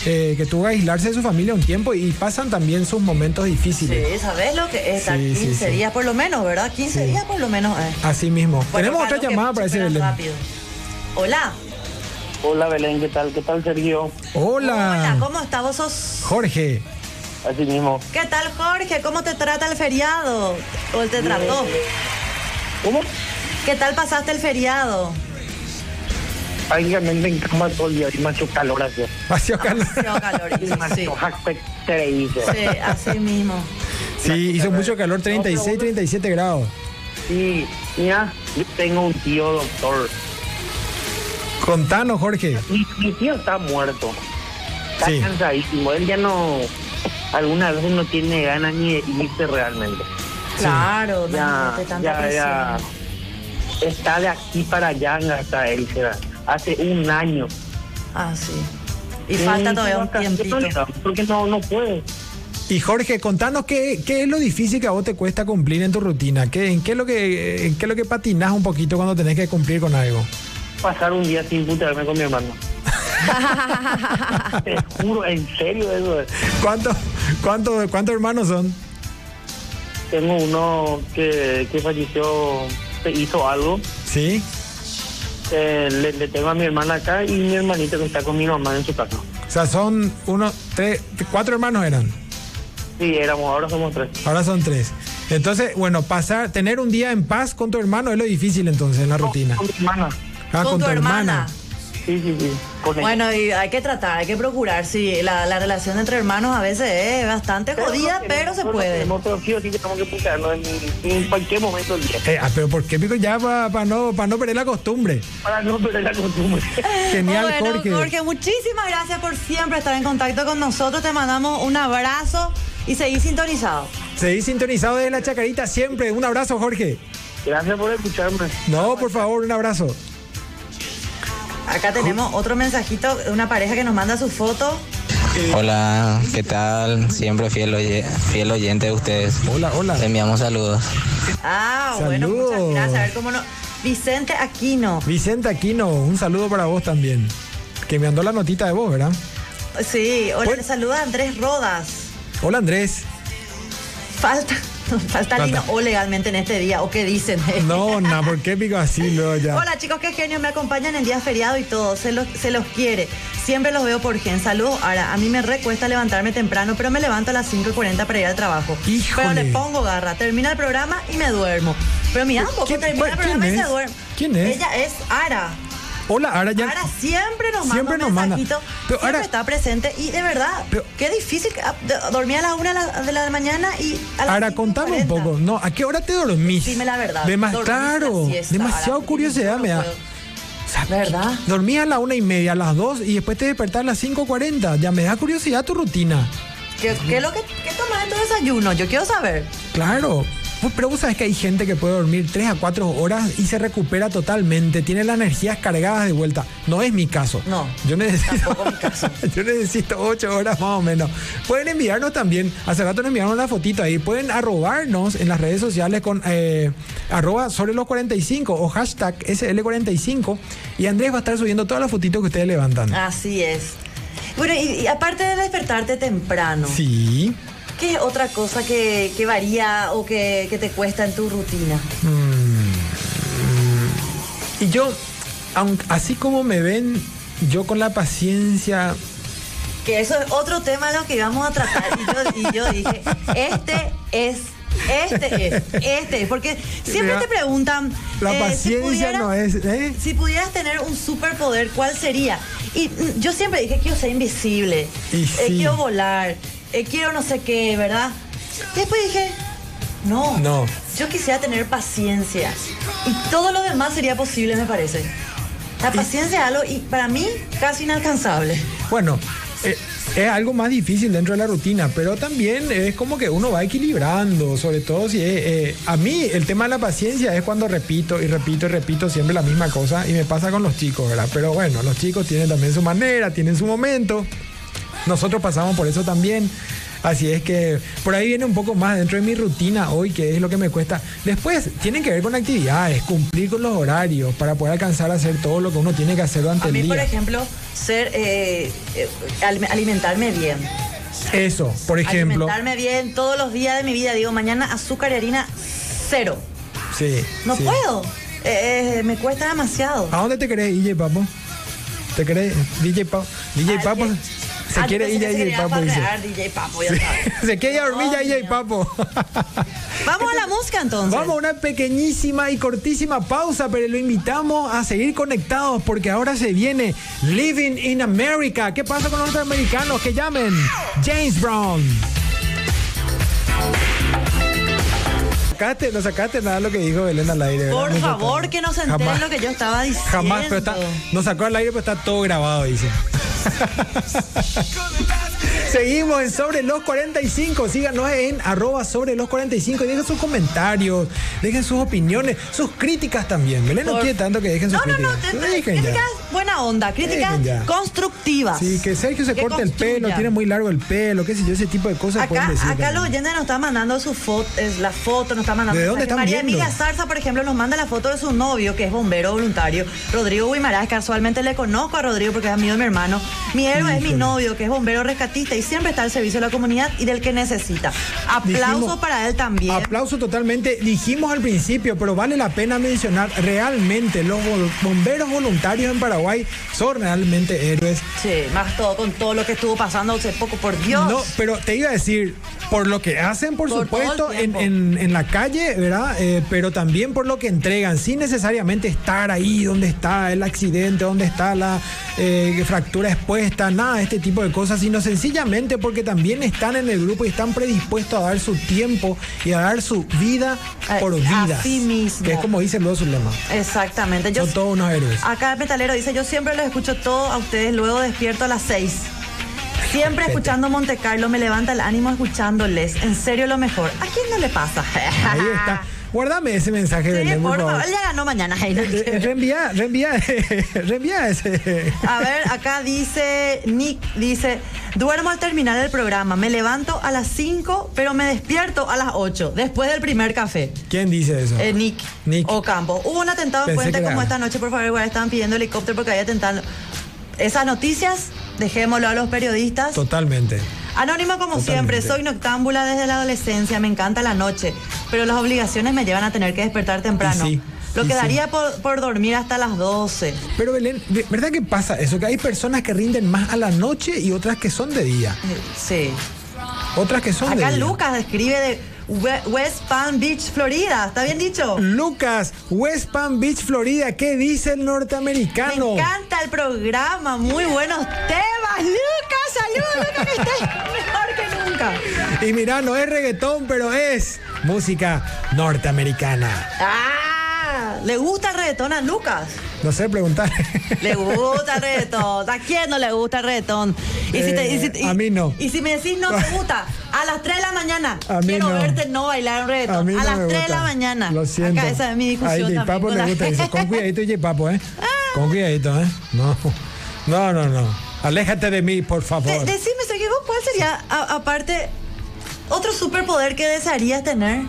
[SPEAKER 1] eh, que tuvo que aislarse de su familia un tiempo y pasan también sus momentos difíciles.
[SPEAKER 5] Sí, ¿sabes lo que es? Estar
[SPEAKER 1] Sí, sí,
[SPEAKER 5] 15
[SPEAKER 1] sí.
[SPEAKER 5] días por lo menos, ¿verdad? 15
[SPEAKER 1] Sí.
[SPEAKER 5] días por lo menos. eh.
[SPEAKER 1] Así mismo.
[SPEAKER 5] Bueno,
[SPEAKER 1] Tenemos otra
[SPEAKER 5] los que
[SPEAKER 1] llamada para ese
[SPEAKER 5] superan
[SPEAKER 1] Belén.
[SPEAKER 5] rápido. Hola.
[SPEAKER 6] Hola Belén, ¿qué tal? ¿Qué tal Sergio?
[SPEAKER 1] Hola.
[SPEAKER 5] ¿cómo estás? ¿Vos sos?
[SPEAKER 1] Jorge.
[SPEAKER 6] Así mismo.
[SPEAKER 5] ¿Qué tal, Jorge? ¿Cómo te trata el feriado? ¿O él te trató?
[SPEAKER 6] ¿Cómo?
[SPEAKER 5] ¿Qué tal pasaste el feriado?
[SPEAKER 6] Prácticamente en cama todo el día, y macho calor hace.
[SPEAKER 1] Vacío Carlos.
[SPEAKER 5] Demasiado calor. Sí,
[SPEAKER 6] Macho hashtag creído.
[SPEAKER 5] sí, así mismo.
[SPEAKER 1] Sí, hizo mucho calor, 36, 37 grados.
[SPEAKER 6] Sí, mira, yo tengo un tío doctor.
[SPEAKER 1] Contanos, Jorge.
[SPEAKER 6] Mi, mi tío está muerto. Está
[SPEAKER 1] Sí.
[SPEAKER 6] cansadísimo. Él ya no. Algunas veces no tiene ganas ni de irse realmente.
[SPEAKER 5] Claro, Pues no,
[SPEAKER 6] Ya,
[SPEAKER 5] no, tanta
[SPEAKER 6] ya,
[SPEAKER 5] presión.
[SPEAKER 6] ya. Está de aquí para allá hasta él, será. Hace un año.
[SPEAKER 5] Ah, sí. Y falta
[SPEAKER 6] Ni
[SPEAKER 5] todavía un
[SPEAKER 6] vacaciones,
[SPEAKER 5] tiempito.
[SPEAKER 6] Porque no, no puede.
[SPEAKER 1] Y Jorge, contanos qué, qué es lo difícil que a vos te cuesta cumplir en tu rutina. ¿Qué, ¿En qué es lo que, en qué es lo que patinás un poquito cuando tenés que cumplir con algo?
[SPEAKER 6] pasar un día sin putearme con mi hermano. Te juro, en serio eso. es.
[SPEAKER 1] ¿Cuántos cuánto, cuántos hermanos son?
[SPEAKER 6] Tengo uno que, que falleció, se hizo algo.
[SPEAKER 1] Sí.
[SPEAKER 6] Eh, le, le tengo a mi hermana acá y mi hermanito que está con mi mamá en su casa.
[SPEAKER 1] O sea, son uno, tres, cuatro hermanos eran.
[SPEAKER 6] Sí, éramos, ahora somos tres.
[SPEAKER 1] Ahora son tres. Entonces, bueno, pasar, tener un día en paz con tu hermano es lo difícil entonces en la rutina.
[SPEAKER 6] Con mi hermana.
[SPEAKER 1] Ah,
[SPEAKER 5] Con tu hermana.
[SPEAKER 6] Sí, sí, sí. Con ella.
[SPEAKER 5] Bueno, y hay que tratar, hay que procurar. Sí, la, la relación entre hermanos a veces es bastante
[SPEAKER 6] Pero no
[SPEAKER 5] jodida,
[SPEAKER 6] tenemos-
[SPEAKER 5] pero se
[SPEAKER 6] no
[SPEAKER 5] puede.
[SPEAKER 6] tenemos, pero sí o sí tenemos que putearnos en, en cualquier momento del día.
[SPEAKER 1] Eh, ah, pero ¿por qué pico ya para no, pa no perder la costumbre?
[SPEAKER 6] Para no perder la costumbre.
[SPEAKER 1] Genial,
[SPEAKER 5] Bueno,
[SPEAKER 1] Jorge.
[SPEAKER 5] muchísimas gracias por siempre estar en contacto con nosotros. Te mandamos un abrazo y seguí sintonizado.
[SPEAKER 1] Seguís sintonizado desde la chacarita siempre. Un abrazo, Jorge.
[SPEAKER 6] Gracias por escucharme.
[SPEAKER 1] No, por favor, un abrazo.
[SPEAKER 5] Acá tenemos otro mensajito, una pareja que nos manda su foto.
[SPEAKER 7] Hola, ¿qué tal? Siempre fiel, oye- fiel oyente de ustedes.
[SPEAKER 1] Hola, hola.
[SPEAKER 7] Te enviamos saludos.
[SPEAKER 5] Ah, bueno, muchas
[SPEAKER 1] Saludos.
[SPEAKER 5] gracias. A ver cómo no. Vicente Aquino.
[SPEAKER 1] Vicente Aquino, un saludo para vos también. Que me andó la notita de vos, ¿verdad?
[SPEAKER 5] Sí, hola,
[SPEAKER 1] Bueno.
[SPEAKER 5] le saluda Andrés Rodas.
[SPEAKER 1] Hola, Andrés.
[SPEAKER 5] Falta, falta Lino o legalmente en este día, o qué dicen.
[SPEAKER 1] No, no, ¿por qué pico así luego ya?
[SPEAKER 5] Hola chicos, qué genio, me acompañan el día feriado y todo, se los, se los quiere. Siempre los veo por gen. Saludos, ahora a mí me recuesta levantarme temprano, pero me levanto a las 5.40 para ir al trabajo.
[SPEAKER 1] Híjole.
[SPEAKER 5] Pero le pongo garra, termina el programa y me duermo. Pero mira, un poco
[SPEAKER 1] ¿Quién-
[SPEAKER 5] termina el
[SPEAKER 1] cuál-
[SPEAKER 5] programa y
[SPEAKER 1] quién
[SPEAKER 5] se
[SPEAKER 1] es?
[SPEAKER 5] duerme.
[SPEAKER 1] ¿Quién es?
[SPEAKER 5] Ella es Ara.
[SPEAKER 1] Hola, ahora ya.
[SPEAKER 5] Ahora siempre nos manda
[SPEAKER 1] Siempre
[SPEAKER 5] un
[SPEAKER 1] nos manda.
[SPEAKER 5] mensajito,
[SPEAKER 1] Pero
[SPEAKER 5] siempre
[SPEAKER 1] ahora-
[SPEAKER 5] está presente y de verdad,
[SPEAKER 1] Pero-
[SPEAKER 5] qué difícil ah, de- dormir a las 1 de la mañana y a las
[SPEAKER 1] Ahora
[SPEAKER 5] 5:40.
[SPEAKER 1] contame un poco, ¿no? ¿A qué hora te dormís?
[SPEAKER 5] Dime la verdad.
[SPEAKER 1] Demas-
[SPEAKER 5] dormís
[SPEAKER 1] claro,
[SPEAKER 5] la siesta,
[SPEAKER 1] demasiado
[SPEAKER 5] ahora,
[SPEAKER 1] curiosidad
[SPEAKER 5] no
[SPEAKER 1] me da.
[SPEAKER 5] puedo.
[SPEAKER 1] O sea,
[SPEAKER 5] ¿Verdad?
[SPEAKER 1] Dormí a la una y media, a las dos y después te despertás a las 5.40. Ya me da curiosidad tu rutina.
[SPEAKER 5] ¿Qué, qué es lo que qué tomas en tu desayuno? Yo quiero saber.
[SPEAKER 1] Claro. Pues, Pero vos sabés que hay gente que puede dormir 3 a 4 horas y se recupera totalmente, tiene las energías cargadas de vuelta. No es mi caso.
[SPEAKER 5] No,
[SPEAKER 1] Yo necesito,
[SPEAKER 5] tampoco mi caso.
[SPEAKER 1] yo necesito 8 horas más o menos. Pueden enviarnos también, hace rato nos enviaron una fotito ahí, pueden arrobarnos en las redes sociales con eh, arroba sobre los 45 o hashtag SL45 y Andrés va a estar subiendo todas las fotitos que ustedes levantan.
[SPEAKER 5] Así es. Bueno, y, y aparte de despertarte temprano,
[SPEAKER 1] Sí.
[SPEAKER 5] ¿qué es otra cosa que, que varía o que, que te cuesta en tu rutina?
[SPEAKER 1] Y yo, aunque, así como me ven, yo con la paciencia
[SPEAKER 5] Que eso es otro tema de lo que íbamos a tratar. Y yo, y yo dije, este es, este es, este es. Porque siempre
[SPEAKER 1] Mira,
[SPEAKER 5] te preguntan.
[SPEAKER 1] La
[SPEAKER 5] eh, si
[SPEAKER 1] paciencia
[SPEAKER 5] pudieras-
[SPEAKER 1] no es, ¿eh?
[SPEAKER 5] Si pudieras tener un superpoder, ¿cuál sería? Y mm, yo siempre dije, quiero ser invisible,
[SPEAKER 1] Y
[SPEAKER 5] eh,
[SPEAKER 1] sí.
[SPEAKER 5] quiero volar, eh, quiero no sé qué, ¿verdad? Después dije, no,
[SPEAKER 1] No.
[SPEAKER 5] yo quisiera tener paciencia. Y todo lo demás sería posible, me parece. La paciencia es algo, y para mí, casi inalcanzable.
[SPEAKER 1] Bueno, eh, es algo más difícil dentro de la rutina, pero también es como que uno va equilibrando, sobre todo si es, eh, a mí el tema de la paciencia es cuando repito y repito y repito siempre la misma cosa y me pasa con los chicos, ¿verdad? Pero bueno, los chicos tienen también su manera, tienen su momento. Nosotros pasamos por eso también. Así es que por ahí viene un poco más dentro de mi rutina hoy, que es lo que me cuesta. Después, tienen que ver con actividades, cumplir con los horarios para poder alcanzar a hacer todo lo que uno tiene que hacer durante
[SPEAKER 5] A
[SPEAKER 1] el
[SPEAKER 5] mí,
[SPEAKER 1] día.
[SPEAKER 5] por ejemplo, ser eh, eh, alim- alimentarme bien.
[SPEAKER 1] Eso, por ejemplo.
[SPEAKER 5] Alimentarme bien todos los días de mi vida. Digo, mañana azúcar y harina cero.
[SPEAKER 1] Sí.
[SPEAKER 5] No
[SPEAKER 1] sí. Ah,
[SPEAKER 5] puedo. Eh, eh, me cuesta demasiado.
[SPEAKER 1] ¿A dónde te querés, DJ Papo? ¿Te querés? DJ Papo. DJ
[SPEAKER 5] Al
[SPEAKER 1] Papo.
[SPEAKER 5] que-
[SPEAKER 1] Se
[SPEAKER 5] Ah, yo
[SPEAKER 1] quiere ir
[SPEAKER 5] pensé
[SPEAKER 1] a
[SPEAKER 5] que se
[SPEAKER 1] DJ
[SPEAKER 5] quería
[SPEAKER 1] Papo, dice.
[SPEAKER 5] farrear, DJ Papo, ya
[SPEAKER 1] Sí.
[SPEAKER 5] sabes.
[SPEAKER 1] Se quiere ir a dormir ya,
[SPEAKER 5] Dios
[SPEAKER 1] DJ
[SPEAKER 5] mío.
[SPEAKER 1] Papo.
[SPEAKER 5] Vamos a la música entonces.
[SPEAKER 1] Vamos a una pequeñísima y cortísima pausa, pero lo invitamos a seguir conectados porque ahora se viene Living in America. ¿Qué pasa con los norteamericanos? Que llamen James Brown. Sacaste, no sacaste nada de lo que dijo Belén al aire. ¿verdad?
[SPEAKER 5] Por
[SPEAKER 1] No
[SPEAKER 5] favor,
[SPEAKER 1] sacaste.
[SPEAKER 5] que no se enteren
[SPEAKER 1] Jamás.
[SPEAKER 5] lo que yo estaba diciendo.
[SPEAKER 1] Jamás, pero está, nos sacó al aire, pero está todo grabado, dice. Seguimos en Sobre los 45. Síganos en arroba sobre los 45 y dejen sus comentarios, dejen sus opiniones, sus críticas también. Belén no
[SPEAKER 5] Por-
[SPEAKER 1] quiere tanto que dejen sus
[SPEAKER 5] No, no,
[SPEAKER 1] críticas.
[SPEAKER 5] no. te- te-
[SPEAKER 1] Dejen ya.
[SPEAKER 5] críticas buena onda, críticas
[SPEAKER 1] Dejen ya.
[SPEAKER 5] constructivas.
[SPEAKER 1] Sí, que Sergio se
[SPEAKER 5] que
[SPEAKER 1] corte el pelo,
[SPEAKER 5] construyan.
[SPEAKER 1] tiene muy largo el pelo, qué sé yo, ese tipo de cosas pueden
[SPEAKER 5] Acá,
[SPEAKER 1] decir.
[SPEAKER 5] acá
[SPEAKER 1] también.
[SPEAKER 5] los oyentes nos están mandando sus fotos, la foto, nos están mandando.
[SPEAKER 1] ¿De dónde
[SPEAKER 5] mensajes.
[SPEAKER 1] están
[SPEAKER 5] María
[SPEAKER 1] viendo?
[SPEAKER 5] Emilia Zarza, por ejemplo, nos manda la foto de su novio, que es bombero voluntario. Rodrigo Guimarães, casualmente le conozco a Rodrigo porque es amigo de mi hermano. Mi héroe es mi novio, que es bombero rescatista y siempre está al servicio de la comunidad y del que necesita. Aplauso
[SPEAKER 1] Dijimos-
[SPEAKER 5] para él también.
[SPEAKER 1] Aplauso totalmente. Dijimos al principio, pero vale la pena mencionar realmente los vol- bomberos voluntarios en Paraguay son realmente héroes.
[SPEAKER 5] Sí, más todo con todo lo que estuvo pasando hace poco, por Dios.
[SPEAKER 1] No, pero te iba a decir, por lo que hacen, por,
[SPEAKER 5] Por
[SPEAKER 1] supuesto,
[SPEAKER 5] todo el
[SPEAKER 1] en,
[SPEAKER 5] tiempo.
[SPEAKER 1] en- en la calle, ¿verdad? Eh, pero también por lo que entregan, sin necesariamente estar ahí donde está el accidente, donde está la eh, fractura expuesta, nada de este tipo de cosas, sino sencillamente porque también están en el grupo y están predispuestos a dar su tiempo y a dar su vida
[SPEAKER 5] A-
[SPEAKER 1] por vidas.
[SPEAKER 5] así mismo.
[SPEAKER 1] Que es como dice luego su lema.
[SPEAKER 5] Exactamente. Yo Ah.
[SPEAKER 1] Son todos unos héroes.
[SPEAKER 5] Acá el metalero dice, yo siempre los escucho todos a ustedes, luego despierto a las 6. Siempre
[SPEAKER 1] Vete.
[SPEAKER 5] escuchando Monte Carlo, me levanta el ánimo escuchándoles. En serio, lo mejor. ¿A quién no le pasa?
[SPEAKER 1] Ahí está. Guárdame ese mensaje,
[SPEAKER 5] Sí,
[SPEAKER 1] Belén, por
[SPEAKER 5] por favor.
[SPEAKER 1] favor.
[SPEAKER 5] Él ya ganó mañana. Jaina.
[SPEAKER 1] Eh, eh, Reenvía, reenvía, reenvía ese.
[SPEAKER 5] A ver, acá dice Nick, dice, duermo al terminar el programa, me levanto a las 5, pero me despierto a las 8, después del primer café.
[SPEAKER 1] ¿Quién dice eso?
[SPEAKER 5] Eh, Nick,
[SPEAKER 1] Nick.
[SPEAKER 5] Ocampo. Hubo un atentado en
[SPEAKER 1] Pensé
[SPEAKER 5] Puente
[SPEAKER 1] que era-
[SPEAKER 5] como esta noche, por favor, igual estaban pidiendo helicóptero porque había atentado. Esas noticias, dejémoslo a los periodistas.
[SPEAKER 1] Totalmente.
[SPEAKER 5] Anónima como
[SPEAKER 1] Totalmente.
[SPEAKER 5] siempre, soy noctámbula desde la adolescencia, me encanta la noche, pero las obligaciones me llevan a tener que despertar temprano.
[SPEAKER 1] Y sí,
[SPEAKER 5] Lo
[SPEAKER 1] y
[SPEAKER 5] que
[SPEAKER 1] sí.
[SPEAKER 5] daría por, por dormir hasta las 12.
[SPEAKER 1] Pero Belén, ve- ¿verdad que pasa eso? Que hay personas que rinden más a la noche y otras que son de día.
[SPEAKER 5] Eh, Sí.
[SPEAKER 1] Otras que son de
[SPEAKER 5] Acá
[SPEAKER 1] día.
[SPEAKER 5] Lucas describe de We- West Palm Beach, Florida. ¿Está bien dicho?
[SPEAKER 1] Lucas, West Palm Beach, Florida. ¿Qué dice el
[SPEAKER 5] Me
[SPEAKER 1] norteamericano?
[SPEAKER 5] encanta el programa, muy buenos temas. Lucas, saludos, Lucas, que estés mejor que nunca.
[SPEAKER 1] Y mira, no es reggaetón, pero es música norteamericana.
[SPEAKER 5] Ah, ¿le gusta el reggaetón a Lucas?
[SPEAKER 1] No sé preguntar.
[SPEAKER 5] Le gusta el reggaetón. ¿A quién no le gusta el reggaetón? Y si te- y si- y-
[SPEAKER 1] Eh, a mí no.
[SPEAKER 5] Y si me decís no te gusta, a las 3 de la mañana
[SPEAKER 1] A mí
[SPEAKER 5] quiero
[SPEAKER 1] no.
[SPEAKER 5] verte no bailar un reggaetón.
[SPEAKER 1] A mí no
[SPEAKER 5] las
[SPEAKER 1] me
[SPEAKER 5] 3 de
[SPEAKER 1] gusta.
[SPEAKER 5] la mañana.
[SPEAKER 1] Lo siento.
[SPEAKER 5] Acá esa es mi discusión.
[SPEAKER 1] Ay, J
[SPEAKER 5] también
[SPEAKER 1] Papo
[SPEAKER 5] con
[SPEAKER 1] me
[SPEAKER 5] la- Ah.
[SPEAKER 1] gusta. Dice, con cuidadito, J Papo, ¿eh? Con cuidadito, ¿eh? No. No, no, no. Aléjate de mí, por favor.
[SPEAKER 5] De- decime, Sergio, ¿vos ¿cuál sería, a- aparte, otro superpoder que desearías tener?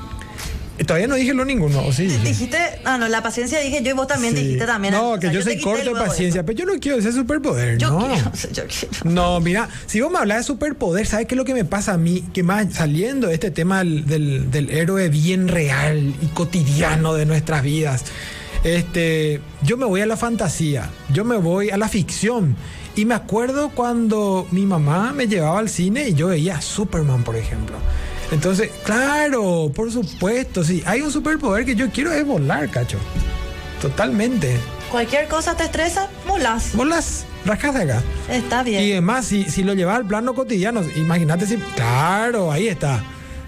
[SPEAKER 1] Eh, Todavía no dije lo ninguno, ¿o sí?
[SPEAKER 5] Di-
[SPEAKER 1] dije?
[SPEAKER 5] Dijiste, ah, no, la paciencia dije yo y vos también
[SPEAKER 1] Sí.
[SPEAKER 5] dijiste también.
[SPEAKER 1] No,
[SPEAKER 5] O sea,
[SPEAKER 1] que yo
[SPEAKER 5] te
[SPEAKER 1] soy
[SPEAKER 5] quité
[SPEAKER 1] corto
[SPEAKER 5] el
[SPEAKER 1] de
[SPEAKER 5] huevo,
[SPEAKER 1] paciencia, pero yo no quiero ese superpoder,
[SPEAKER 5] Yo
[SPEAKER 1] no.
[SPEAKER 5] quiero, o sea, yo quiero.
[SPEAKER 1] No, mira, si vos me hablas de superpoder, ¿sabes qué es lo que me pasa a mí? Que más saliendo de este tema del, del- del héroe bien real y cotidiano de nuestras vidas, este, yo me voy a la fantasía, yo me voy a la ficción. Y me acuerdo cuando mi mamá me llevaba al cine y yo veía a Superman, por ejemplo. Entonces, claro, por supuesto, sí. Hay un superpoder que yo quiero es volar, cacho. Totalmente.
[SPEAKER 5] Cualquier cosa te estresa, molas.
[SPEAKER 1] Volas, rascas de acá.
[SPEAKER 5] Está
[SPEAKER 1] Y
[SPEAKER 5] bien.
[SPEAKER 1] además, si, si lo llevas al plano cotidiano, imagínate si. Claro, ahí está.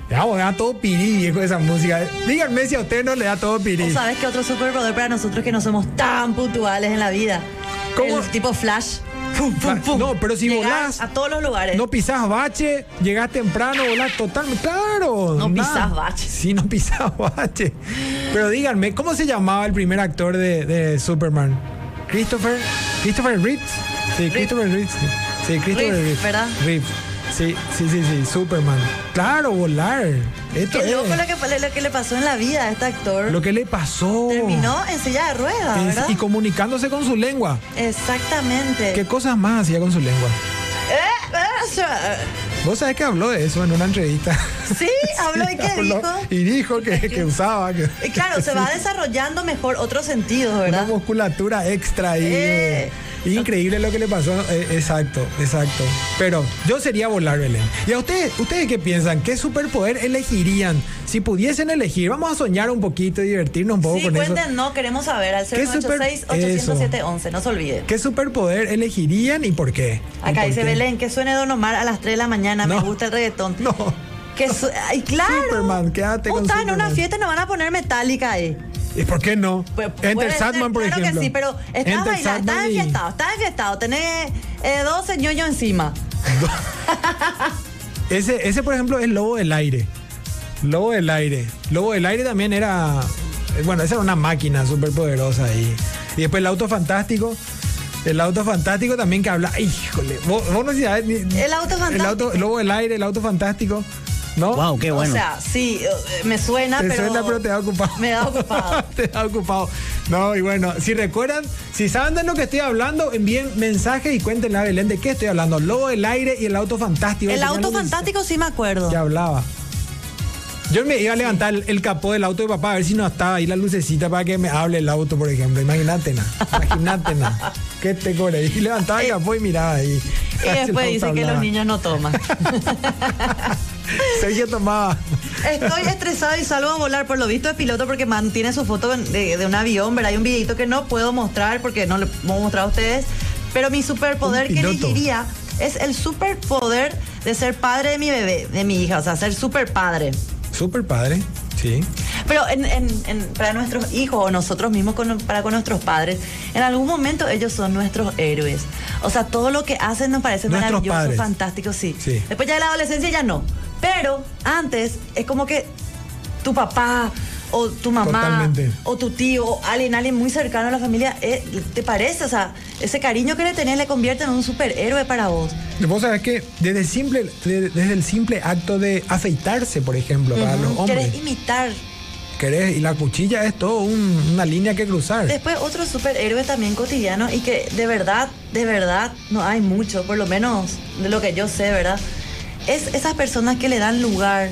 [SPEAKER 1] Le vamos, le da todo pirí, viejo, esa música. Díganme si a usted no le da todo pirí.
[SPEAKER 5] ¿O sabes qué otro superpoder para nosotros que no somos tan puntuales en la vida?
[SPEAKER 1] ¿Cómo?
[SPEAKER 5] El tipo flash.
[SPEAKER 1] Fum, fum, fum. No, pero si
[SPEAKER 5] Llegar
[SPEAKER 1] volás,
[SPEAKER 5] A todos los lugares.
[SPEAKER 1] no pisás bache, llegás temprano, volás totalmente. Claro.
[SPEAKER 5] No
[SPEAKER 1] nada.
[SPEAKER 5] pisás bache.
[SPEAKER 1] Sí, no pisás bache. Pero díganme, ¿cómo se llamaba el primer actor de, de Superman? Christopher. Christopher Reeves. Sí, Christopher Reeves. sí. Sí, Christopher
[SPEAKER 5] Reeve,
[SPEAKER 1] Reeves.
[SPEAKER 5] ¿verdad?
[SPEAKER 1] Reeve. Sí, sí, sí, sí, Superman. Claro, volar. Esto
[SPEAKER 5] Qué
[SPEAKER 1] es
[SPEAKER 5] loco lo que, lo que le pasó en la vida a este actor.
[SPEAKER 1] eh. lo que le pasó.
[SPEAKER 5] Terminó en silla de ruedas,
[SPEAKER 1] Es-
[SPEAKER 5] ¿verdad?
[SPEAKER 1] y comunicándose con su lengua.
[SPEAKER 5] Exactamente.
[SPEAKER 1] ¿Qué cosas más hacía con su lengua?
[SPEAKER 5] Eh, eh, o sea,
[SPEAKER 1] Vos sabés que habló de eso en una entrevista.
[SPEAKER 5] Sí, habló y qué
[SPEAKER 1] Habló,
[SPEAKER 5] dijo.
[SPEAKER 1] Y dijo que, que usaba. que-
[SPEAKER 5] Y claro, se va desarrollando mejor otros sentidos,
[SPEAKER 1] Una
[SPEAKER 5] ¿verdad?
[SPEAKER 1] musculatura extra ahí.
[SPEAKER 5] Eh.
[SPEAKER 1] Increíble lo que le pasó. Eh, exacto, exacto. Pero yo sería volar, Belén. ¿Y a ustedes, ustedes qué piensan? ¿Qué superpoder elegirían? Si pudiesen elegir, vamos a soñar un poquito y divertirnos un poco
[SPEAKER 5] Sí,
[SPEAKER 1] con eso.
[SPEAKER 5] cuenten, no, queremos saber al
[SPEAKER 1] ¿Qué super-
[SPEAKER 5] 086-807-11, no se olvide.
[SPEAKER 1] ¿Qué superpoder elegirían y por qué? ¿Y
[SPEAKER 5] Acá
[SPEAKER 1] por
[SPEAKER 5] dice
[SPEAKER 1] qué?
[SPEAKER 5] Belén, que suene Don Omar a las 3 de la mañana,
[SPEAKER 1] No.
[SPEAKER 5] me gusta el reggaetón.
[SPEAKER 1] No.
[SPEAKER 5] Que su- Ay, claro.
[SPEAKER 1] Superman, quédate con
[SPEAKER 5] Puta, en una
[SPEAKER 1] Superman.
[SPEAKER 5] fiesta nos van a poner metálica ahí.
[SPEAKER 1] ¿Y por qué no?
[SPEAKER 5] Pues, puede
[SPEAKER 1] Enter
[SPEAKER 5] ser,
[SPEAKER 1] Sandman, por
[SPEAKER 5] claro
[SPEAKER 1] ejemplo.
[SPEAKER 5] que sí, pero estás
[SPEAKER 1] Enter
[SPEAKER 5] bailando, estás
[SPEAKER 1] Sandman y-
[SPEAKER 5] enfiestado, estás enfiestado, tenés eh, 12 ñoños encima.
[SPEAKER 1] Ese, ese, por ejemplo, es Lobo del Aire. Lobo del Aire. Lobo del Aire también era. eh, Bueno, esa era una máquina súper poderosa ahí. Y después el auto fantástico. El auto fantástico también que habla. Híjole, vos, vos no sabés ni-
[SPEAKER 5] El auto
[SPEAKER 1] El
[SPEAKER 5] fantástico.
[SPEAKER 1] auto, Lobo del Aire, el auto fantástico. ¿No?
[SPEAKER 8] Wow, qué bueno.
[SPEAKER 5] O sea, sí, eh, me suena,
[SPEAKER 1] Te
[SPEAKER 5] pero.
[SPEAKER 1] suena, pero te da ocupado.
[SPEAKER 5] Me da ocupado.
[SPEAKER 1] te da ocupado. No, y bueno, si recuerdan, si saben de lo que estoy hablando, envíen mensajes y cuéntenle a Belén de qué estoy hablando. Lobo del aire y el auto fantástico.
[SPEAKER 5] El
[SPEAKER 1] Ese
[SPEAKER 5] auto
[SPEAKER 1] cuento que-
[SPEAKER 5] fantástico sí me acuerdo.
[SPEAKER 1] Que hablaba. Yo me iba a levantar el, el capó del auto de papá a ver si no estaba ahí la lucecita para que me hable el auto, por ejemplo. Imagínate, na. Imagínate, na. ¿Qué te cobre? Y levantaba el capó y miraba ahí.
[SPEAKER 5] Eh. Y después
[SPEAKER 1] El auto
[SPEAKER 5] dice que los
[SPEAKER 1] hablaba.
[SPEAKER 5] niños no toman.
[SPEAKER 1] Sergio tomaba.
[SPEAKER 5] Estoy estresado y salgo a volar. Por lo visto es piloto porque mantiene su foto en- de, de un avión. Pero hay un videito que no puedo mostrar porque no le puedo mostrar a ustedes. Pero mi superpoder
[SPEAKER 1] Un
[SPEAKER 5] que
[SPEAKER 1] piloto.
[SPEAKER 5] elegiría es el superpoder de ser padre de mi bebé, de mi hija. O sea, ser superpadre.
[SPEAKER 1] Súper padre. Sí.
[SPEAKER 5] Pero en- en- en- para nuestros hijos o nosotros mismos, con- para con nuestros padres, en algún momento ellos son nuestros héroes. O sea, todo lo que hacen nos parece
[SPEAKER 1] Nuestros
[SPEAKER 5] maravilloso,
[SPEAKER 1] padres.
[SPEAKER 5] fantástico, sí.
[SPEAKER 1] Sí.
[SPEAKER 5] Después ya de la adolescencia ya no. Pero antes es como que tu papá o tu mamá
[SPEAKER 1] Totalmente.
[SPEAKER 5] o tu tío o alguien, alguien muy cercano a la familia, eh, ¿te parece? O sea, ese cariño que le tenés le convierte en un superhéroe para vos.
[SPEAKER 1] Vos sabés que desde, simple, de- desde el simple acto de afeitarse, por ejemplo, para los
[SPEAKER 5] Ujú.
[SPEAKER 1] hombres.
[SPEAKER 5] Querés imitar.
[SPEAKER 1] Querés, y la cuchilla es todo un- una línea que cruzar.
[SPEAKER 5] Después otro superhéroe también cotidiano y que de verdad, de verdad, no hay mucho, por lo menos de lo que yo sé, ¿verdad? Es esas personas que le dan lugar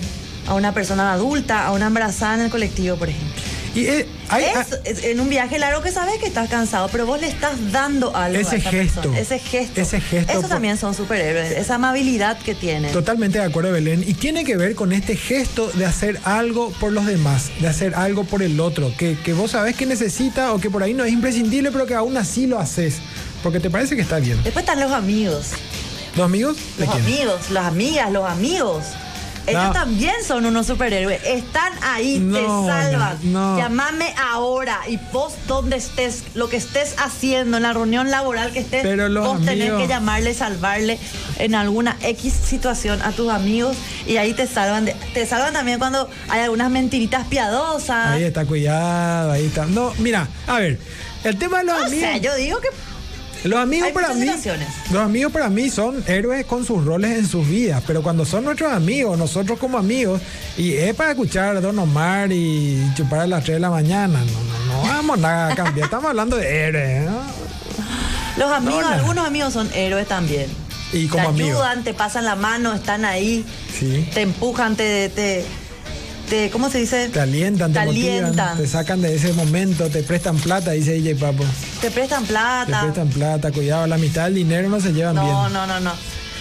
[SPEAKER 5] a una persona adulta, a una embarazada en el colectivo, por ejemplo.
[SPEAKER 1] Y eh, hay-
[SPEAKER 5] Es- es- en un viaje largo que sabes que estás cansado, pero vos le estás dando algo
[SPEAKER 1] Ese
[SPEAKER 5] a esa
[SPEAKER 1] gesto.
[SPEAKER 5] persona. Ese gesto.
[SPEAKER 1] Ese gesto
[SPEAKER 5] Eso
[SPEAKER 1] por-
[SPEAKER 5] también son superhéroes. Esa amabilidad que tienen.
[SPEAKER 1] Totalmente de acuerdo, Belén. Y tiene que ver con este gesto de hacer algo por los demás, de hacer algo por el otro, que, que vos sabés que necesita o que por ahí no es imprescindible, pero que aún así lo haces, porque te parece que está bien.
[SPEAKER 5] Después están los amigos.
[SPEAKER 1] ¿Los amigos? ¿De
[SPEAKER 5] Los
[SPEAKER 1] quién?
[SPEAKER 5] amigos, las amigas, los amigos. Ellos
[SPEAKER 1] No.
[SPEAKER 5] también son unos superhéroes. Están ahí, te
[SPEAKER 1] No,
[SPEAKER 5] salvan.
[SPEAKER 1] no, no.
[SPEAKER 5] Llámame ahora y vos donde estés, lo que estés haciendo, en la reunión laboral que estés,
[SPEAKER 1] Pero los
[SPEAKER 5] vos tenés
[SPEAKER 1] amigos-
[SPEAKER 5] que llamarle, salvarle en alguna X situación a tus amigos y ahí te salvan. de- te salvan también cuando hay algunas mentiritas piadosas.
[SPEAKER 1] Ahí está, cuidado, ahí está. No, mira, a ver, el tema de los
[SPEAKER 5] o
[SPEAKER 1] amigos.
[SPEAKER 5] sea, yo digo que
[SPEAKER 1] Los amigos
[SPEAKER 5] Hay
[SPEAKER 1] para
[SPEAKER 5] muchas
[SPEAKER 1] mí,
[SPEAKER 5] relaciones.
[SPEAKER 1] los amigos para mí son héroes con sus roles en sus vidas, pero cuando son nuestros amigos, nosotros como amigos, y es para escuchar a Don Omar y chupar a las 3 de la mañana, no, no, no vamos nada a cambiar, estamos hablando de héroes, ¿eh? ¿no?
[SPEAKER 5] los amigos,
[SPEAKER 1] no.
[SPEAKER 5] algunos amigos son héroes también.
[SPEAKER 1] Y como
[SPEAKER 5] te
[SPEAKER 1] amigos.
[SPEAKER 5] ayudan, te pasan la mano, están ahí.
[SPEAKER 1] Sí.
[SPEAKER 5] te empujan, te, te, te- ¿cómo se dice?
[SPEAKER 1] Te alientan, te,
[SPEAKER 5] Te
[SPEAKER 1] motivan,
[SPEAKER 5] alientan.
[SPEAKER 1] te sacan de ese momento, te prestan plata, dice DJ Papo.
[SPEAKER 5] Te prestan
[SPEAKER 1] Te
[SPEAKER 5] plata.
[SPEAKER 1] prestan plata, cuidado, la mitad del dinero no se llevan bien.
[SPEAKER 5] no, no, no, no.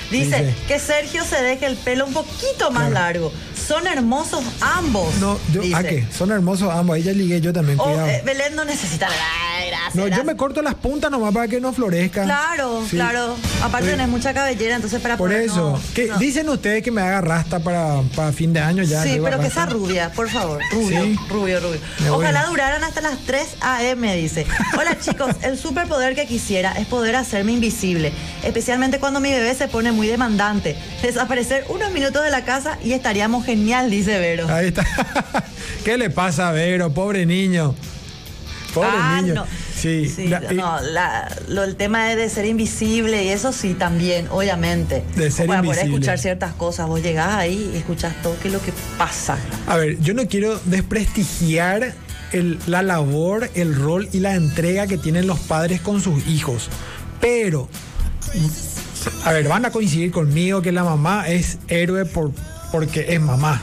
[SPEAKER 5] Dice
[SPEAKER 1] Dice.
[SPEAKER 5] que Sergio se deje el pelo un poquito más largo. Son hermosos ambos.
[SPEAKER 1] No, yo,
[SPEAKER 5] dice.
[SPEAKER 1] ¿a qué? Son hermosos ambos, ahí ya ligué yo también,
[SPEAKER 5] O,
[SPEAKER 1] cuidado.
[SPEAKER 5] eh, Belén no necesita. Ay, gracias,
[SPEAKER 1] no, yo
[SPEAKER 5] gracias.
[SPEAKER 1] me corto las puntas nomás para que no florezca.
[SPEAKER 5] Claro,
[SPEAKER 1] Sí.
[SPEAKER 5] claro. Aparte
[SPEAKER 1] Sí.
[SPEAKER 5] tenés mucha cabellera, entonces para
[SPEAKER 1] Por
[SPEAKER 5] poder,
[SPEAKER 1] eso,
[SPEAKER 5] Ah, no,
[SPEAKER 1] que
[SPEAKER 5] no.
[SPEAKER 1] dicen ustedes que me haga rasta para, para fin de año ya.
[SPEAKER 5] Sí,
[SPEAKER 1] lleva
[SPEAKER 5] pero que
[SPEAKER 1] rasta.
[SPEAKER 5] sea rubia, por favor. Rubio,
[SPEAKER 1] Sí.
[SPEAKER 5] rubio, rubio.
[SPEAKER 1] Me voy.
[SPEAKER 5] Ojalá duraran hasta las 3 a.m., dice. Hola chicos, el superpoder que quisiera es poder hacerme invisible, especialmente cuando mi bebé se pone muy demandante. Desaparecer unos minutos de la casa y estaríamos genial, dice Vero.
[SPEAKER 1] Ahí está. ¿Qué le pasa a Vero, pobre niño? Pobre
[SPEAKER 5] Ah,
[SPEAKER 1] niño.
[SPEAKER 5] no.
[SPEAKER 1] Sí, la- eh, y-
[SPEAKER 5] no, la- lo- el tema es de ser invisible y eso sí también, obviamente.
[SPEAKER 1] De ser
[SPEAKER 5] Para poder
[SPEAKER 1] invisible.
[SPEAKER 5] escuchar ciertas cosas, vos llegás ahí y escuchás todo qué es lo que pasa.
[SPEAKER 1] A ver, yo no quiero desprestigiar el- la labor, el rol y la entrega que tienen los padres con sus hijos. Pero, a ver, van a coincidir conmigo que la mamá es héroe por, porque es mamá.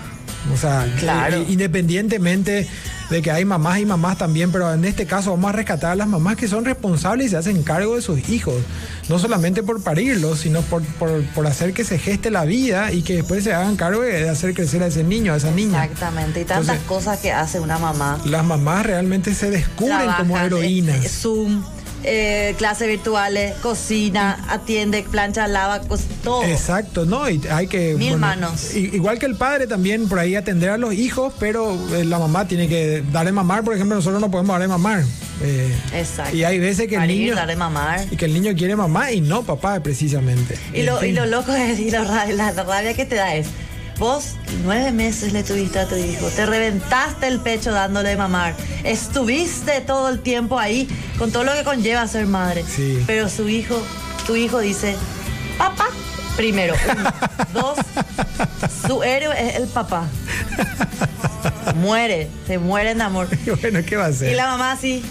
[SPEAKER 1] O sea,
[SPEAKER 5] Claro.
[SPEAKER 1] i- independientemente de que hay mamás y mamás también, pero en este caso vamos a rescatar a las mamás que son responsables y se hacen cargo de sus hijos. No solamente por parirlos, sino por, por- por hacer que se geste la vida y que después se hagan cargo de de hacer crecer a ese niño, a esa niña.
[SPEAKER 5] Exactamente, y tantas
[SPEAKER 1] Entonces,
[SPEAKER 5] cosas que hace una mamá.
[SPEAKER 1] Las mamás realmente se descubren como
[SPEAKER 5] trabajan,
[SPEAKER 1] heroínas.
[SPEAKER 5] eh, Zoom, eh, clases virtuales, cocina, atiende, plancha, lava, cos- todo.
[SPEAKER 1] Exacto, no, y hay que.
[SPEAKER 5] Mil manos.
[SPEAKER 1] i- Igual que el padre también por ahí atender a los hijos, pero eh, la mamá tiene que darle mamar, por ejemplo, nosotros no podemos darle mamar. eh,
[SPEAKER 5] Exacto.
[SPEAKER 1] Y hay veces que el
[SPEAKER 5] Parir,
[SPEAKER 1] niño.
[SPEAKER 5] dar de mamar.
[SPEAKER 1] Y que el niño quiere mamá y no papá, precisamente.
[SPEAKER 5] Y lo,
[SPEAKER 1] En
[SPEAKER 5] y lo
[SPEAKER 1] fin.
[SPEAKER 5] loco es, y lo ra- la rabia que te da es, vos nueve meses le tuviste a tu hijo, te reventaste el pecho dándole de mamar, estuviste todo el tiempo ahí con todo lo que conlleva ser madre,
[SPEAKER 1] Sí.
[SPEAKER 5] pero su hijo, tu hijo dice, papá, primero, uno, dos, su héroe es el papá. Muere, se muere en amor.
[SPEAKER 1] Y bueno, ¿qué va a hacer?
[SPEAKER 5] Y la mamá así,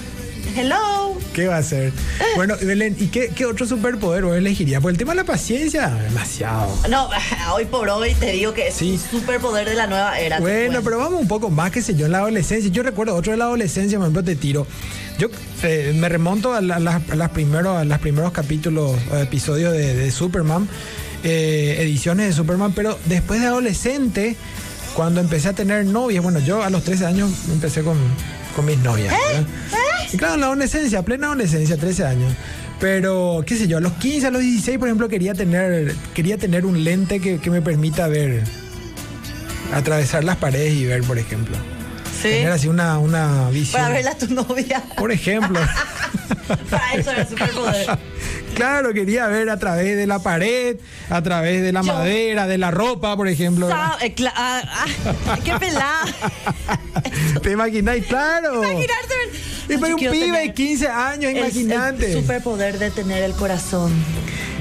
[SPEAKER 5] hello.
[SPEAKER 1] ¿Qué va a hacer? Bueno, Belén, ¿y qué, qué otro superpoder vos elegirías? Porque el tema de la paciencia, demasiado.
[SPEAKER 5] No, hoy por hoy te digo que es
[SPEAKER 1] Sí.
[SPEAKER 5] un superpoder de la nueva era. te
[SPEAKER 1] Bueno,
[SPEAKER 5] cuento.
[SPEAKER 1] pero vamos un poco más, qué sé yo, en la adolescencia. Yo recuerdo otro de la adolescencia, por ejemplo, te tiro. Yo eh, me remonto a, la- las- a las primeros, a los primeros capítulos, o episodios de, de Superman, eh, ediciones de Superman, pero después de adolescente, cuando empecé a tener novias, bueno, yo a los 13 años empecé con, con mis novias. ¿verdad? Y claro, en la adolescencia, plena adolescencia, 13 años. Pero, qué sé yo, a los 15, a los 16, por ejemplo, quería tener, quería tener un lente que- que me permita ver atravesar las paredes y ver, por ejemplo.
[SPEAKER 5] Sí.
[SPEAKER 1] Tener así una, una visión.
[SPEAKER 5] Para verla a tu novia.
[SPEAKER 1] Por ejemplo.
[SPEAKER 5] Para eso era superpoder.
[SPEAKER 1] claro, quería ver a través de la pared, a través de la
[SPEAKER 5] Yo-
[SPEAKER 1] madera, de la ropa, por ejemplo.
[SPEAKER 5] Sa- eh, cla- ah, ah, ¡Qué pelada!
[SPEAKER 1] ¿Te imagináis? Claro.
[SPEAKER 5] Imaginarte.
[SPEAKER 1] Y para
[SPEAKER 5] Yo
[SPEAKER 1] un
[SPEAKER 5] quiero
[SPEAKER 1] pibe de
[SPEAKER 5] tener
[SPEAKER 1] 15 años,
[SPEAKER 5] el-
[SPEAKER 1] imaginante.
[SPEAKER 5] El superpoder de tener el corazón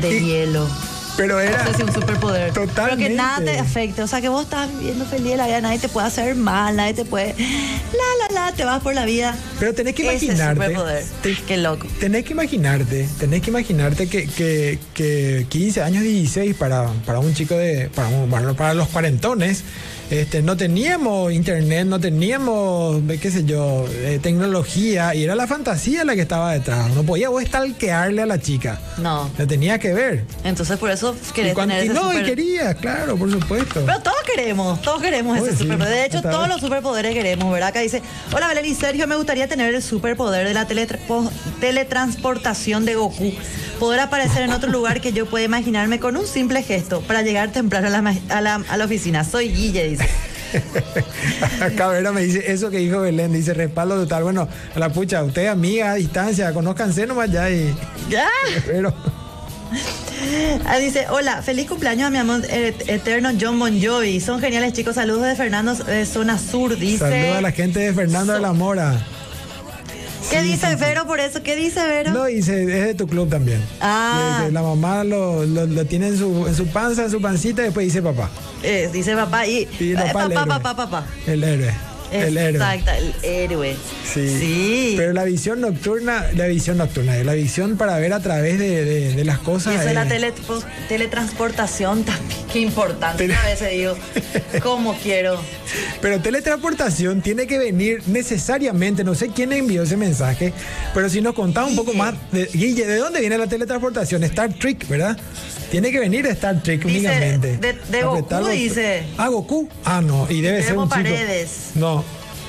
[SPEAKER 5] de
[SPEAKER 1] Y-
[SPEAKER 5] hielo.
[SPEAKER 1] Pero era.
[SPEAKER 5] No sé si un superpoder. Pero
[SPEAKER 1] Totalmente.
[SPEAKER 5] que nada te afecte. O sea, que vos estás viviendo feliz de la vida, nadie te puede hacer mal, nadie te puede. La, la, la, te vas por la vida.
[SPEAKER 1] Pero tenés que
[SPEAKER 5] Ese es
[SPEAKER 1] imaginarte.
[SPEAKER 5] superpoder.
[SPEAKER 1] te-
[SPEAKER 5] Qué loco.
[SPEAKER 1] Tenés que imaginarte, tenés que imaginarte que, que, que 15 años, 16 para, para un chico de. Para, un- para- para los cuarentones, este, no teníamos internet, no teníamos, eh, qué sé yo, eh, tecnología, y era la fantasía la que estaba detrás. No podía vos stalkearle a la chica.
[SPEAKER 5] No.
[SPEAKER 1] La tenía que ver.
[SPEAKER 5] Entonces, por eso
[SPEAKER 1] Y,
[SPEAKER 5] querés
[SPEAKER 1] cuan-
[SPEAKER 5] tener
[SPEAKER 1] y
[SPEAKER 5] ese
[SPEAKER 1] no, y
[SPEAKER 5] super-
[SPEAKER 1] quería, claro, por supuesto.
[SPEAKER 5] Pero todos queremos, todos queremos
[SPEAKER 1] Oye,
[SPEAKER 5] ese
[SPEAKER 1] sí,
[SPEAKER 5] superpoder. De hecho,
[SPEAKER 1] hasta
[SPEAKER 5] todos
[SPEAKER 1] ahora.
[SPEAKER 5] los superpoderes queremos, ¿verdad? Acá dice, hola Belén y Sergio, me gustaría tener el superpoder de la teletrapo- teletransportación de Goku. Poder aparecer en otro lugar que yo pueda imaginarme con un simple gesto para llegar temprano a la, ma- a la- a la oficina. Soy Guille, dice.
[SPEAKER 1] Cabrera me dice eso que dijo Belén, dice respaldo total. Bueno, a la pucha, usted amiga a distancia, conózcanse nomás ya y.
[SPEAKER 5] ¡Ya!
[SPEAKER 1] Pero.
[SPEAKER 5] Ah, dice, hola, feliz cumpleaños a mi amor eh, eterno John Bon Jovi. Son geniales, chicos. Saludos de Fernando eh, Zona Sur, dice.
[SPEAKER 1] Saluda a la gente de Fernando de la Mora.
[SPEAKER 5] ¿Qué dice Vero por eso? ¿Qué dice Vero?
[SPEAKER 1] No, y se- es de tu club también.
[SPEAKER 5] Ah.
[SPEAKER 1] Le- le- La mamá lo, lo- lo tiene en su, en su panza, en su pancita, y después dice papá.
[SPEAKER 5] Eh, dice papá y,
[SPEAKER 1] Y
[SPEAKER 5] eh,
[SPEAKER 1] papá,
[SPEAKER 5] papá,
[SPEAKER 1] el
[SPEAKER 5] papá,
[SPEAKER 1] héroe.
[SPEAKER 5] papá, papá.
[SPEAKER 1] El héroe. El héroe.
[SPEAKER 5] Exacto, el héroe.
[SPEAKER 1] Sí.
[SPEAKER 5] Sí.
[SPEAKER 1] Pero la visión nocturna, la visión nocturna, la visión para ver a través de, de- de las
[SPEAKER 5] Y
[SPEAKER 1] cosas.
[SPEAKER 5] eso de la
[SPEAKER 1] eh,
[SPEAKER 5] telepo- teletransportación también. Qué importante.
[SPEAKER 1] Tele-
[SPEAKER 5] A veces digo, ¿cómo quiero?
[SPEAKER 1] Pero teletransportación tiene que venir necesariamente, no sé quién envió ese mensaje, pero si nos contaba un poco
[SPEAKER 5] Guille.
[SPEAKER 1] más, de, Guille, ¿de dónde viene la teletransportación? Star Trek, ¿verdad? Tiene que venir de Star Trek
[SPEAKER 5] Dice,
[SPEAKER 1] únicamente.
[SPEAKER 5] de- de Goku,
[SPEAKER 1] bot-
[SPEAKER 5] dice.
[SPEAKER 1] Ah, Goku. Ah, no, y debe ser
[SPEAKER 5] Guillermo
[SPEAKER 1] un chico.
[SPEAKER 5] Paredes.
[SPEAKER 1] No.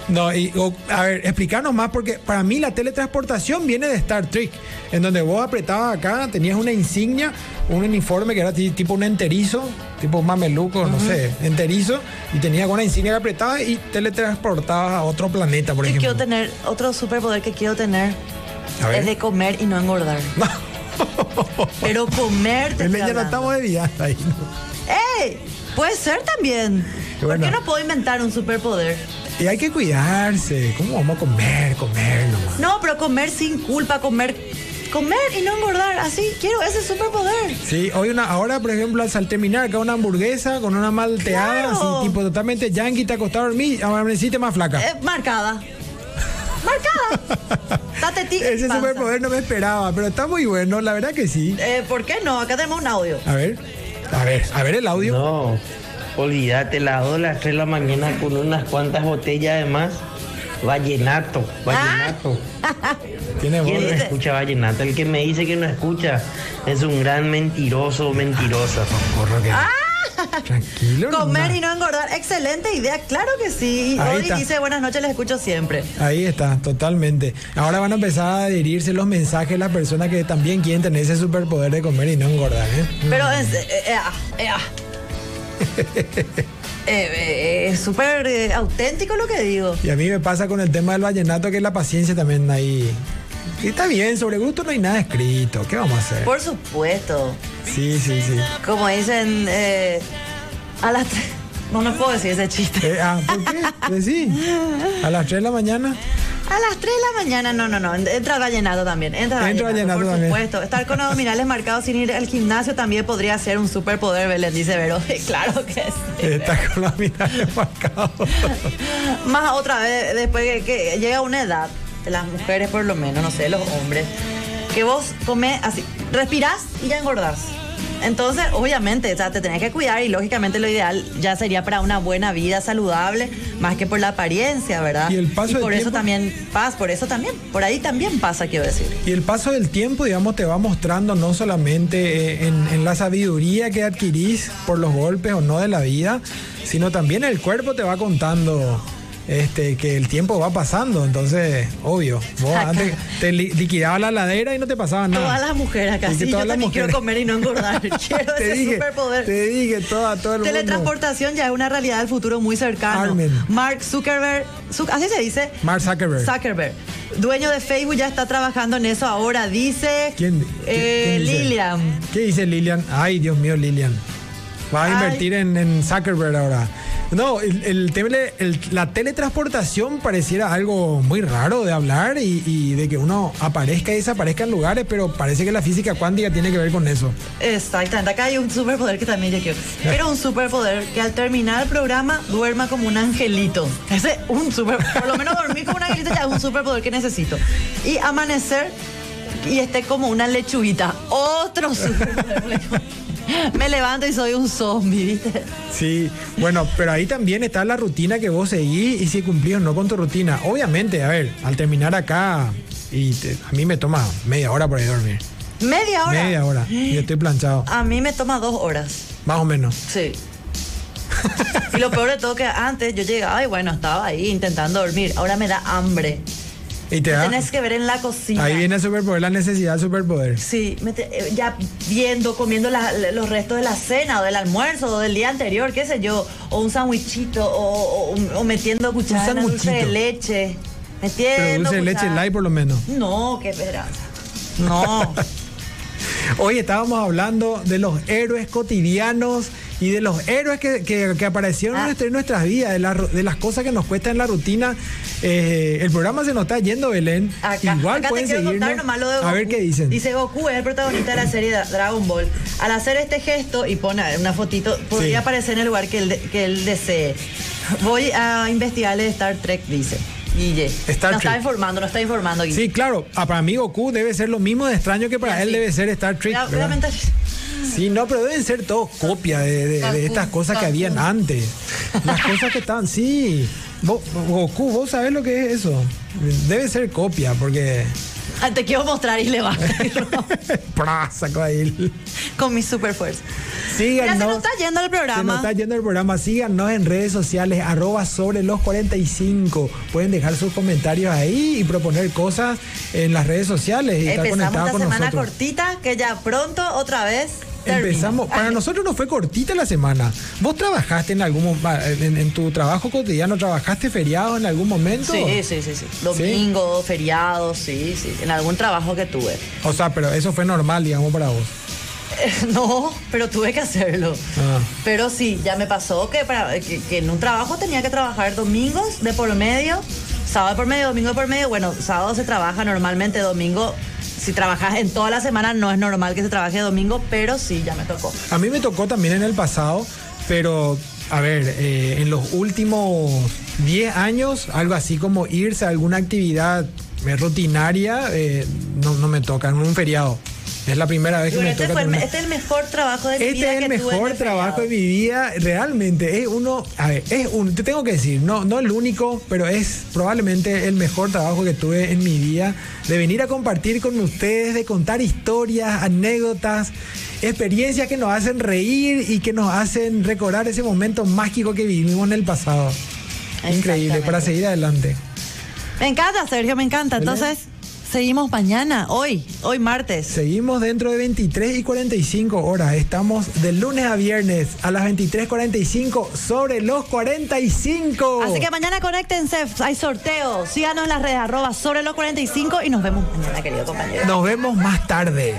[SPEAKER 1] No, y o- a ver, explicarnos más, porque para mí la teletransportación viene de Star Trek, en donde vos apretabas acá, tenías una insignia, un uniforme que era ti- tipo un enterizo, tipo un mameluco, no sé, enterizo, y tenías una insignia que apretabas y teletransportabas a otro planeta, por
[SPEAKER 5] Yo
[SPEAKER 1] ejemplo.
[SPEAKER 5] quiero tener, otro superpoder que quiero tener
[SPEAKER 1] A ver.
[SPEAKER 5] es de comer y no engordar. Pero comer te
[SPEAKER 1] Belén,
[SPEAKER 5] estoy
[SPEAKER 1] ya no
[SPEAKER 5] hablando.
[SPEAKER 1] estamos de viaje ahí. ¿no?
[SPEAKER 5] ¡Ey! Puede ser también.
[SPEAKER 1] Qué
[SPEAKER 5] ¿Por qué
[SPEAKER 1] bueno.
[SPEAKER 5] no puedo inventar un superpoder?
[SPEAKER 1] Y hay que cuidarse, ¿cómo vamos a comer, comer nomás?
[SPEAKER 5] No, pero comer sin culpa, comer, comer y no engordar. Así quiero ese superpoder.
[SPEAKER 1] Sí, hoy una, ahora por ejemplo al terminar acá una hamburguesa con una malteada,
[SPEAKER 5] Claro.
[SPEAKER 1] así tipo totalmente yankee, te acostado a dormir, amaneciste más flaca.
[SPEAKER 5] Eh, marcada. Marcada. Date ti.
[SPEAKER 1] Ese
[SPEAKER 5] panza.
[SPEAKER 1] superpoder no me esperaba, pero está muy bueno, la verdad que sí.
[SPEAKER 5] Eh, ¿Por qué no? Acá tenemos un audio.
[SPEAKER 1] A ver, a ver, a ver el audio.
[SPEAKER 8] No, olvídate, las 2, las 3 de la mañana con unas cuantas botellas además. Vallenato, vallenato.
[SPEAKER 1] Tiene voz
[SPEAKER 8] ¿Quién no
[SPEAKER 1] de-
[SPEAKER 8] escucha vallenato? El que me dice que no escucha es un gran mentiroso o mentirosa.
[SPEAKER 1] Porro que-
[SPEAKER 5] Ah.
[SPEAKER 1] Tranquilo.
[SPEAKER 5] Comer
[SPEAKER 1] nomás.
[SPEAKER 5] y no engordar. Excelente idea, claro que sí.
[SPEAKER 1] Ahí
[SPEAKER 5] Oli
[SPEAKER 1] está.
[SPEAKER 5] dice buenas noches, les escucho siempre.
[SPEAKER 1] Ahí está, totalmente. Ahora van a empezar a adherirse los mensajes a las personas que también quieren tener ese superpoder de comer y no engordar, ¿eh?
[SPEAKER 5] Pero es. eh, eh, ah, eh, ah. Eh, eh, es súper eh, auténtico lo que digo.
[SPEAKER 1] Y a mí me pasa con el tema del vallenato que la paciencia también ahí. Y está bien, sobre gusto no hay nada escrito. ¿Qué vamos a hacer?
[SPEAKER 5] Por supuesto.
[SPEAKER 1] Sí, sí, sí.
[SPEAKER 5] Como dicen. eh, a las tres. No nos puedo decir ese chiste.
[SPEAKER 1] Eh, ah, ¿Por qué? Decí. A las 3 de la mañana.
[SPEAKER 5] A las 3 de la mañana, no, no, no. Entra vallenato también. Entra,
[SPEAKER 1] Entra vallenato
[SPEAKER 5] por
[SPEAKER 1] también.
[SPEAKER 5] supuesto. Estar con abdominales marcados sin ir al gimnasio también podría ser un superpoder, Belén, dice Vero. claro que sí.
[SPEAKER 1] eh, Está con la mitad de marcado.
[SPEAKER 5] Más otra vez, después que, que llega una edad, las mujeres por lo menos, no sé, los hombres, que vos comés así, respirás y ya engordás. Entonces, obviamente, o sea, te tenés que cuidar y lógicamente lo ideal ya sería para una buena vida saludable, más que por la apariencia, ¿verdad?
[SPEAKER 1] Y el paso del
[SPEAKER 5] por eso
[SPEAKER 1] tiempo-
[SPEAKER 5] también pasa, por eso también, por ahí también pasa, quiero decir.
[SPEAKER 1] Y el paso del tiempo, digamos, te va mostrando no solamente eh, en, en la sabiduría que adquirís por los golpes o no de la vida, sino también el cuerpo te va contando este, que el tiempo va pasando. Entonces, obvio, vos
[SPEAKER 5] Acá.
[SPEAKER 1] antes te li- liquidaba la ladera y no te pasaba nada.
[SPEAKER 5] Todas las mujeres acá,
[SPEAKER 1] Y que
[SPEAKER 5] sí, yo
[SPEAKER 1] todas las
[SPEAKER 5] también quiero
[SPEAKER 1] mujeres-
[SPEAKER 5] comer y no engordar. Quiero
[SPEAKER 1] te
[SPEAKER 5] ese
[SPEAKER 1] dije,
[SPEAKER 5] superpoder.
[SPEAKER 1] Te dije, toda, todo el mundo.
[SPEAKER 5] Teletransportación ya es una realidad del futuro muy cercano.
[SPEAKER 1] Armen.
[SPEAKER 5] Mark Zuckerberg, Zuc- así se dice.
[SPEAKER 1] Mark Zuckerberg.
[SPEAKER 5] Zuckerberg, dueño de Facebook, ya está trabajando en eso ahora, dice.
[SPEAKER 1] ¿Quién,
[SPEAKER 5] Eh,
[SPEAKER 1] qué- quién dice?
[SPEAKER 5] Lilian.
[SPEAKER 1] ¿Qué dice Lilian? Ay, Dios mío, Lilian. Va a
[SPEAKER 5] Ay.
[SPEAKER 1] invertir en, en Zuckerberg ahora. No, el, el tele- el- la teletransportación pareciera algo muy raro de hablar y, y de que uno aparezca y desaparezca en lugares, pero parece que la física cuántica tiene que ver con eso.
[SPEAKER 5] Exactamente, acá hay un superpoder que también yo quiero. Pero un superpoder que al terminar el programa duerma como un angelito. Ese es un super, por lo menos dormir como un angelito ya es un superpoder que necesito. Y amanecer y esté como una lechuguita. Otro superpoder. Me levanto y soy un zombie, ¿viste?
[SPEAKER 1] Sí, bueno, pero ahí también está la rutina que vos seguís y si cumplís o no con tu rutina. Obviamente, a ver, al terminar acá, y te- a mí me toma media hora por ahí dormir.
[SPEAKER 5] Media hora.
[SPEAKER 1] Media hora. Y estoy planchado,
[SPEAKER 5] A mí me toma dos horas.
[SPEAKER 1] más o menos.
[SPEAKER 5] Sí. Y lo peor de todo que antes yo llegaba y bueno, estaba ahí intentando dormir. Ahora me da hambre.
[SPEAKER 1] Y te da.
[SPEAKER 5] Tienes que ver en la cocina.
[SPEAKER 1] Ahí viene el superpoder, la necesidad del superpoder.
[SPEAKER 5] Sí, me te- eh, ya viendo, comiendo la- la- los restos de la cena o del almuerzo o del día anterior, qué sé yo, o un sandwichito o, o- o- o metiendo cuchara en la dulce de
[SPEAKER 1] sandwichito.
[SPEAKER 5] leche. Metiendo
[SPEAKER 1] Pero dulce de leche
[SPEAKER 5] cuchara.
[SPEAKER 1] light por lo menos.
[SPEAKER 5] No, qué esperanza. No.
[SPEAKER 1] Hoy estábamos hablando de los héroes cotidianos y de los héroes que, que- que aparecieron en
[SPEAKER 5] Ah.
[SPEAKER 1] nuestra- en nuestras vidas, de, la ru- de las cosas que nos cuesta en la rutina. Eh, el programa se nos está yendo, Belén.
[SPEAKER 5] Acá,
[SPEAKER 1] Igual
[SPEAKER 5] acá te
[SPEAKER 1] pueden
[SPEAKER 5] quiero contar
[SPEAKER 1] seguirnos.
[SPEAKER 5] nomás lo de Goku.
[SPEAKER 1] a ver qué dicen.
[SPEAKER 5] Dice Goku es el protagonista de la serie de Dragon Ball. Al hacer este gesto y pone una fotito, podría
[SPEAKER 1] Sí.
[SPEAKER 5] aparecer en el lugar que él, de- que él desee. Voy a investigarle Star Trek, dice. Guille.
[SPEAKER 1] Star
[SPEAKER 5] nos está
[SPEAKER 1] Trek.
[SPEAKER 5] informando, nos está informando, Guille.
[SPEAKER 1] Sí, claro, ah, para mí Goku debe ser lo mismo de extraño que para él debe ser Star Trek.
[SPEAKER 5] Mira,
[SPEAKER 1] ¿verdad?
[SPEAKER 5] obviamente-
[SPEAKER 1] Sí, no, pero deben ser todos copias de, de- de estas cosas que habían antes. Las cosas que estaban, sí. Vos- Goku, vos sabés lo que es eso. Debe ser copia, porque.
[SPEAKER 5] Ah, te quiero mostrar y le va.
[SPEAKER 1] ¡Pra! Sacó ahí. el-
[SPEAKER 5] Con mi super fuerza. Ya
[SPEAKER 1] Síganos.
[SPEAKER 5] se nos está yendo el
[SPEAKER 1] Se nos
[SPEAKER 5] programa.
[SPEAKER 1] está yendo el programa. Síganos en redes sociales, arroba sobre los 45. Pueden dejar sus comentarios ahí y proponer cosas en las redes sociales y estar
[SPEAKER 5] Empezamos
[SPEAKER 1] conectados
[SPEAKER 5] esta
[SPEAKER 1] con
[SPEAKER 5] semana
[SPEAKER 1] nosotros.
[SPEAKER 5] cortita, que ya pronto otra vez. termina.
[SPEAKER 1] Empezamos, para nosotros no fue cortita la semana. ¿Vos trabajaste en algún mo- ah, en, en tu trabajo cotidiano, trabajaste feriado en algún momento?
[SPEAKER 5] Sí, sí, sí, sí. Domingo, feriados, sí, sí. En algún trabajo que tuve.
[SPEAKER 1] O sea, pero eso fue normal, digamos, para vos.
[SPEAKER 5] No, pero tuve que hacerlo.
[SPEAKER 1] Ah.
[SPEAKER 5] Pero sí, ya me pasó que, para- que, que en un trabajo tenía que trabajar domingos de por medio, sábado por medio, domingo por medio. Bueno, sábado se trabaja normalmente, domingo, si trabajas en toda la semana no es normal que se trabaje domingo, pero sí, ya me tocó.
[SPEAKER 1] A mí me tocó también en el pasado, pero a ver, eh, en los últimos 10 años, algo así como irse a alguna actividad eh, rutinaria, eh, no, no me toca, en un feriado. Es la primera vez que
[SPEAKER 5] Bueno,
[SPEAKER 1] me
[SPEAKER 5] este,
[SPEAKER 1] toca.
[SPEAKER 5] fue el
[SPEAKER 1] tener
[SPEAKER 5] me-
[SPEAKER 1] una-
[SPEAKER 5] este es el mejor trabajo de mi vida.
[SPEAKER 1] Este es el
[SPEAKER 5] que tuve en
[SPEAKER 1] mejor
[SPEAKER 5] el
[SPEAKER 1] trabajo de
[SPEAKER 5] feriado.
[SPEAKER 1] mi vida, realmente. Es uno, a ver, es un, te tengo que decir, no, no el único, pero es probablemente el mejor trabajo que tuve en mi vida. De venir a compartir con ustedes, de contar historias, anécdotas, experiencias que nos hacen reír y que nos hacen recordar ese momento mágico que vivimos en el pasado. Increíble, para
[SPEAKER 5] Exactamente.
[SPEAKER 1] seguir adelante.
[SPEAKER 5] Me encanta, Sergio, me encanta.
[SPEAKER 1] ¿Verdad?
[SPEAKER 5] Entonces, seguimos mañana, hoy, hoy martes.
[SPEAKER 1] Seguimos dentro de 23 y 45 horas. Estamos de lunes a viernes a las 23.45 sobre los 45.
[SPEAKER 5] Así que mañana conéctense, hay sorteo. Síganos en las redes arroba sobre los 45 y nos vemos mañana, querido compañero.
[SPEAKER 1] nos vemos más tarde.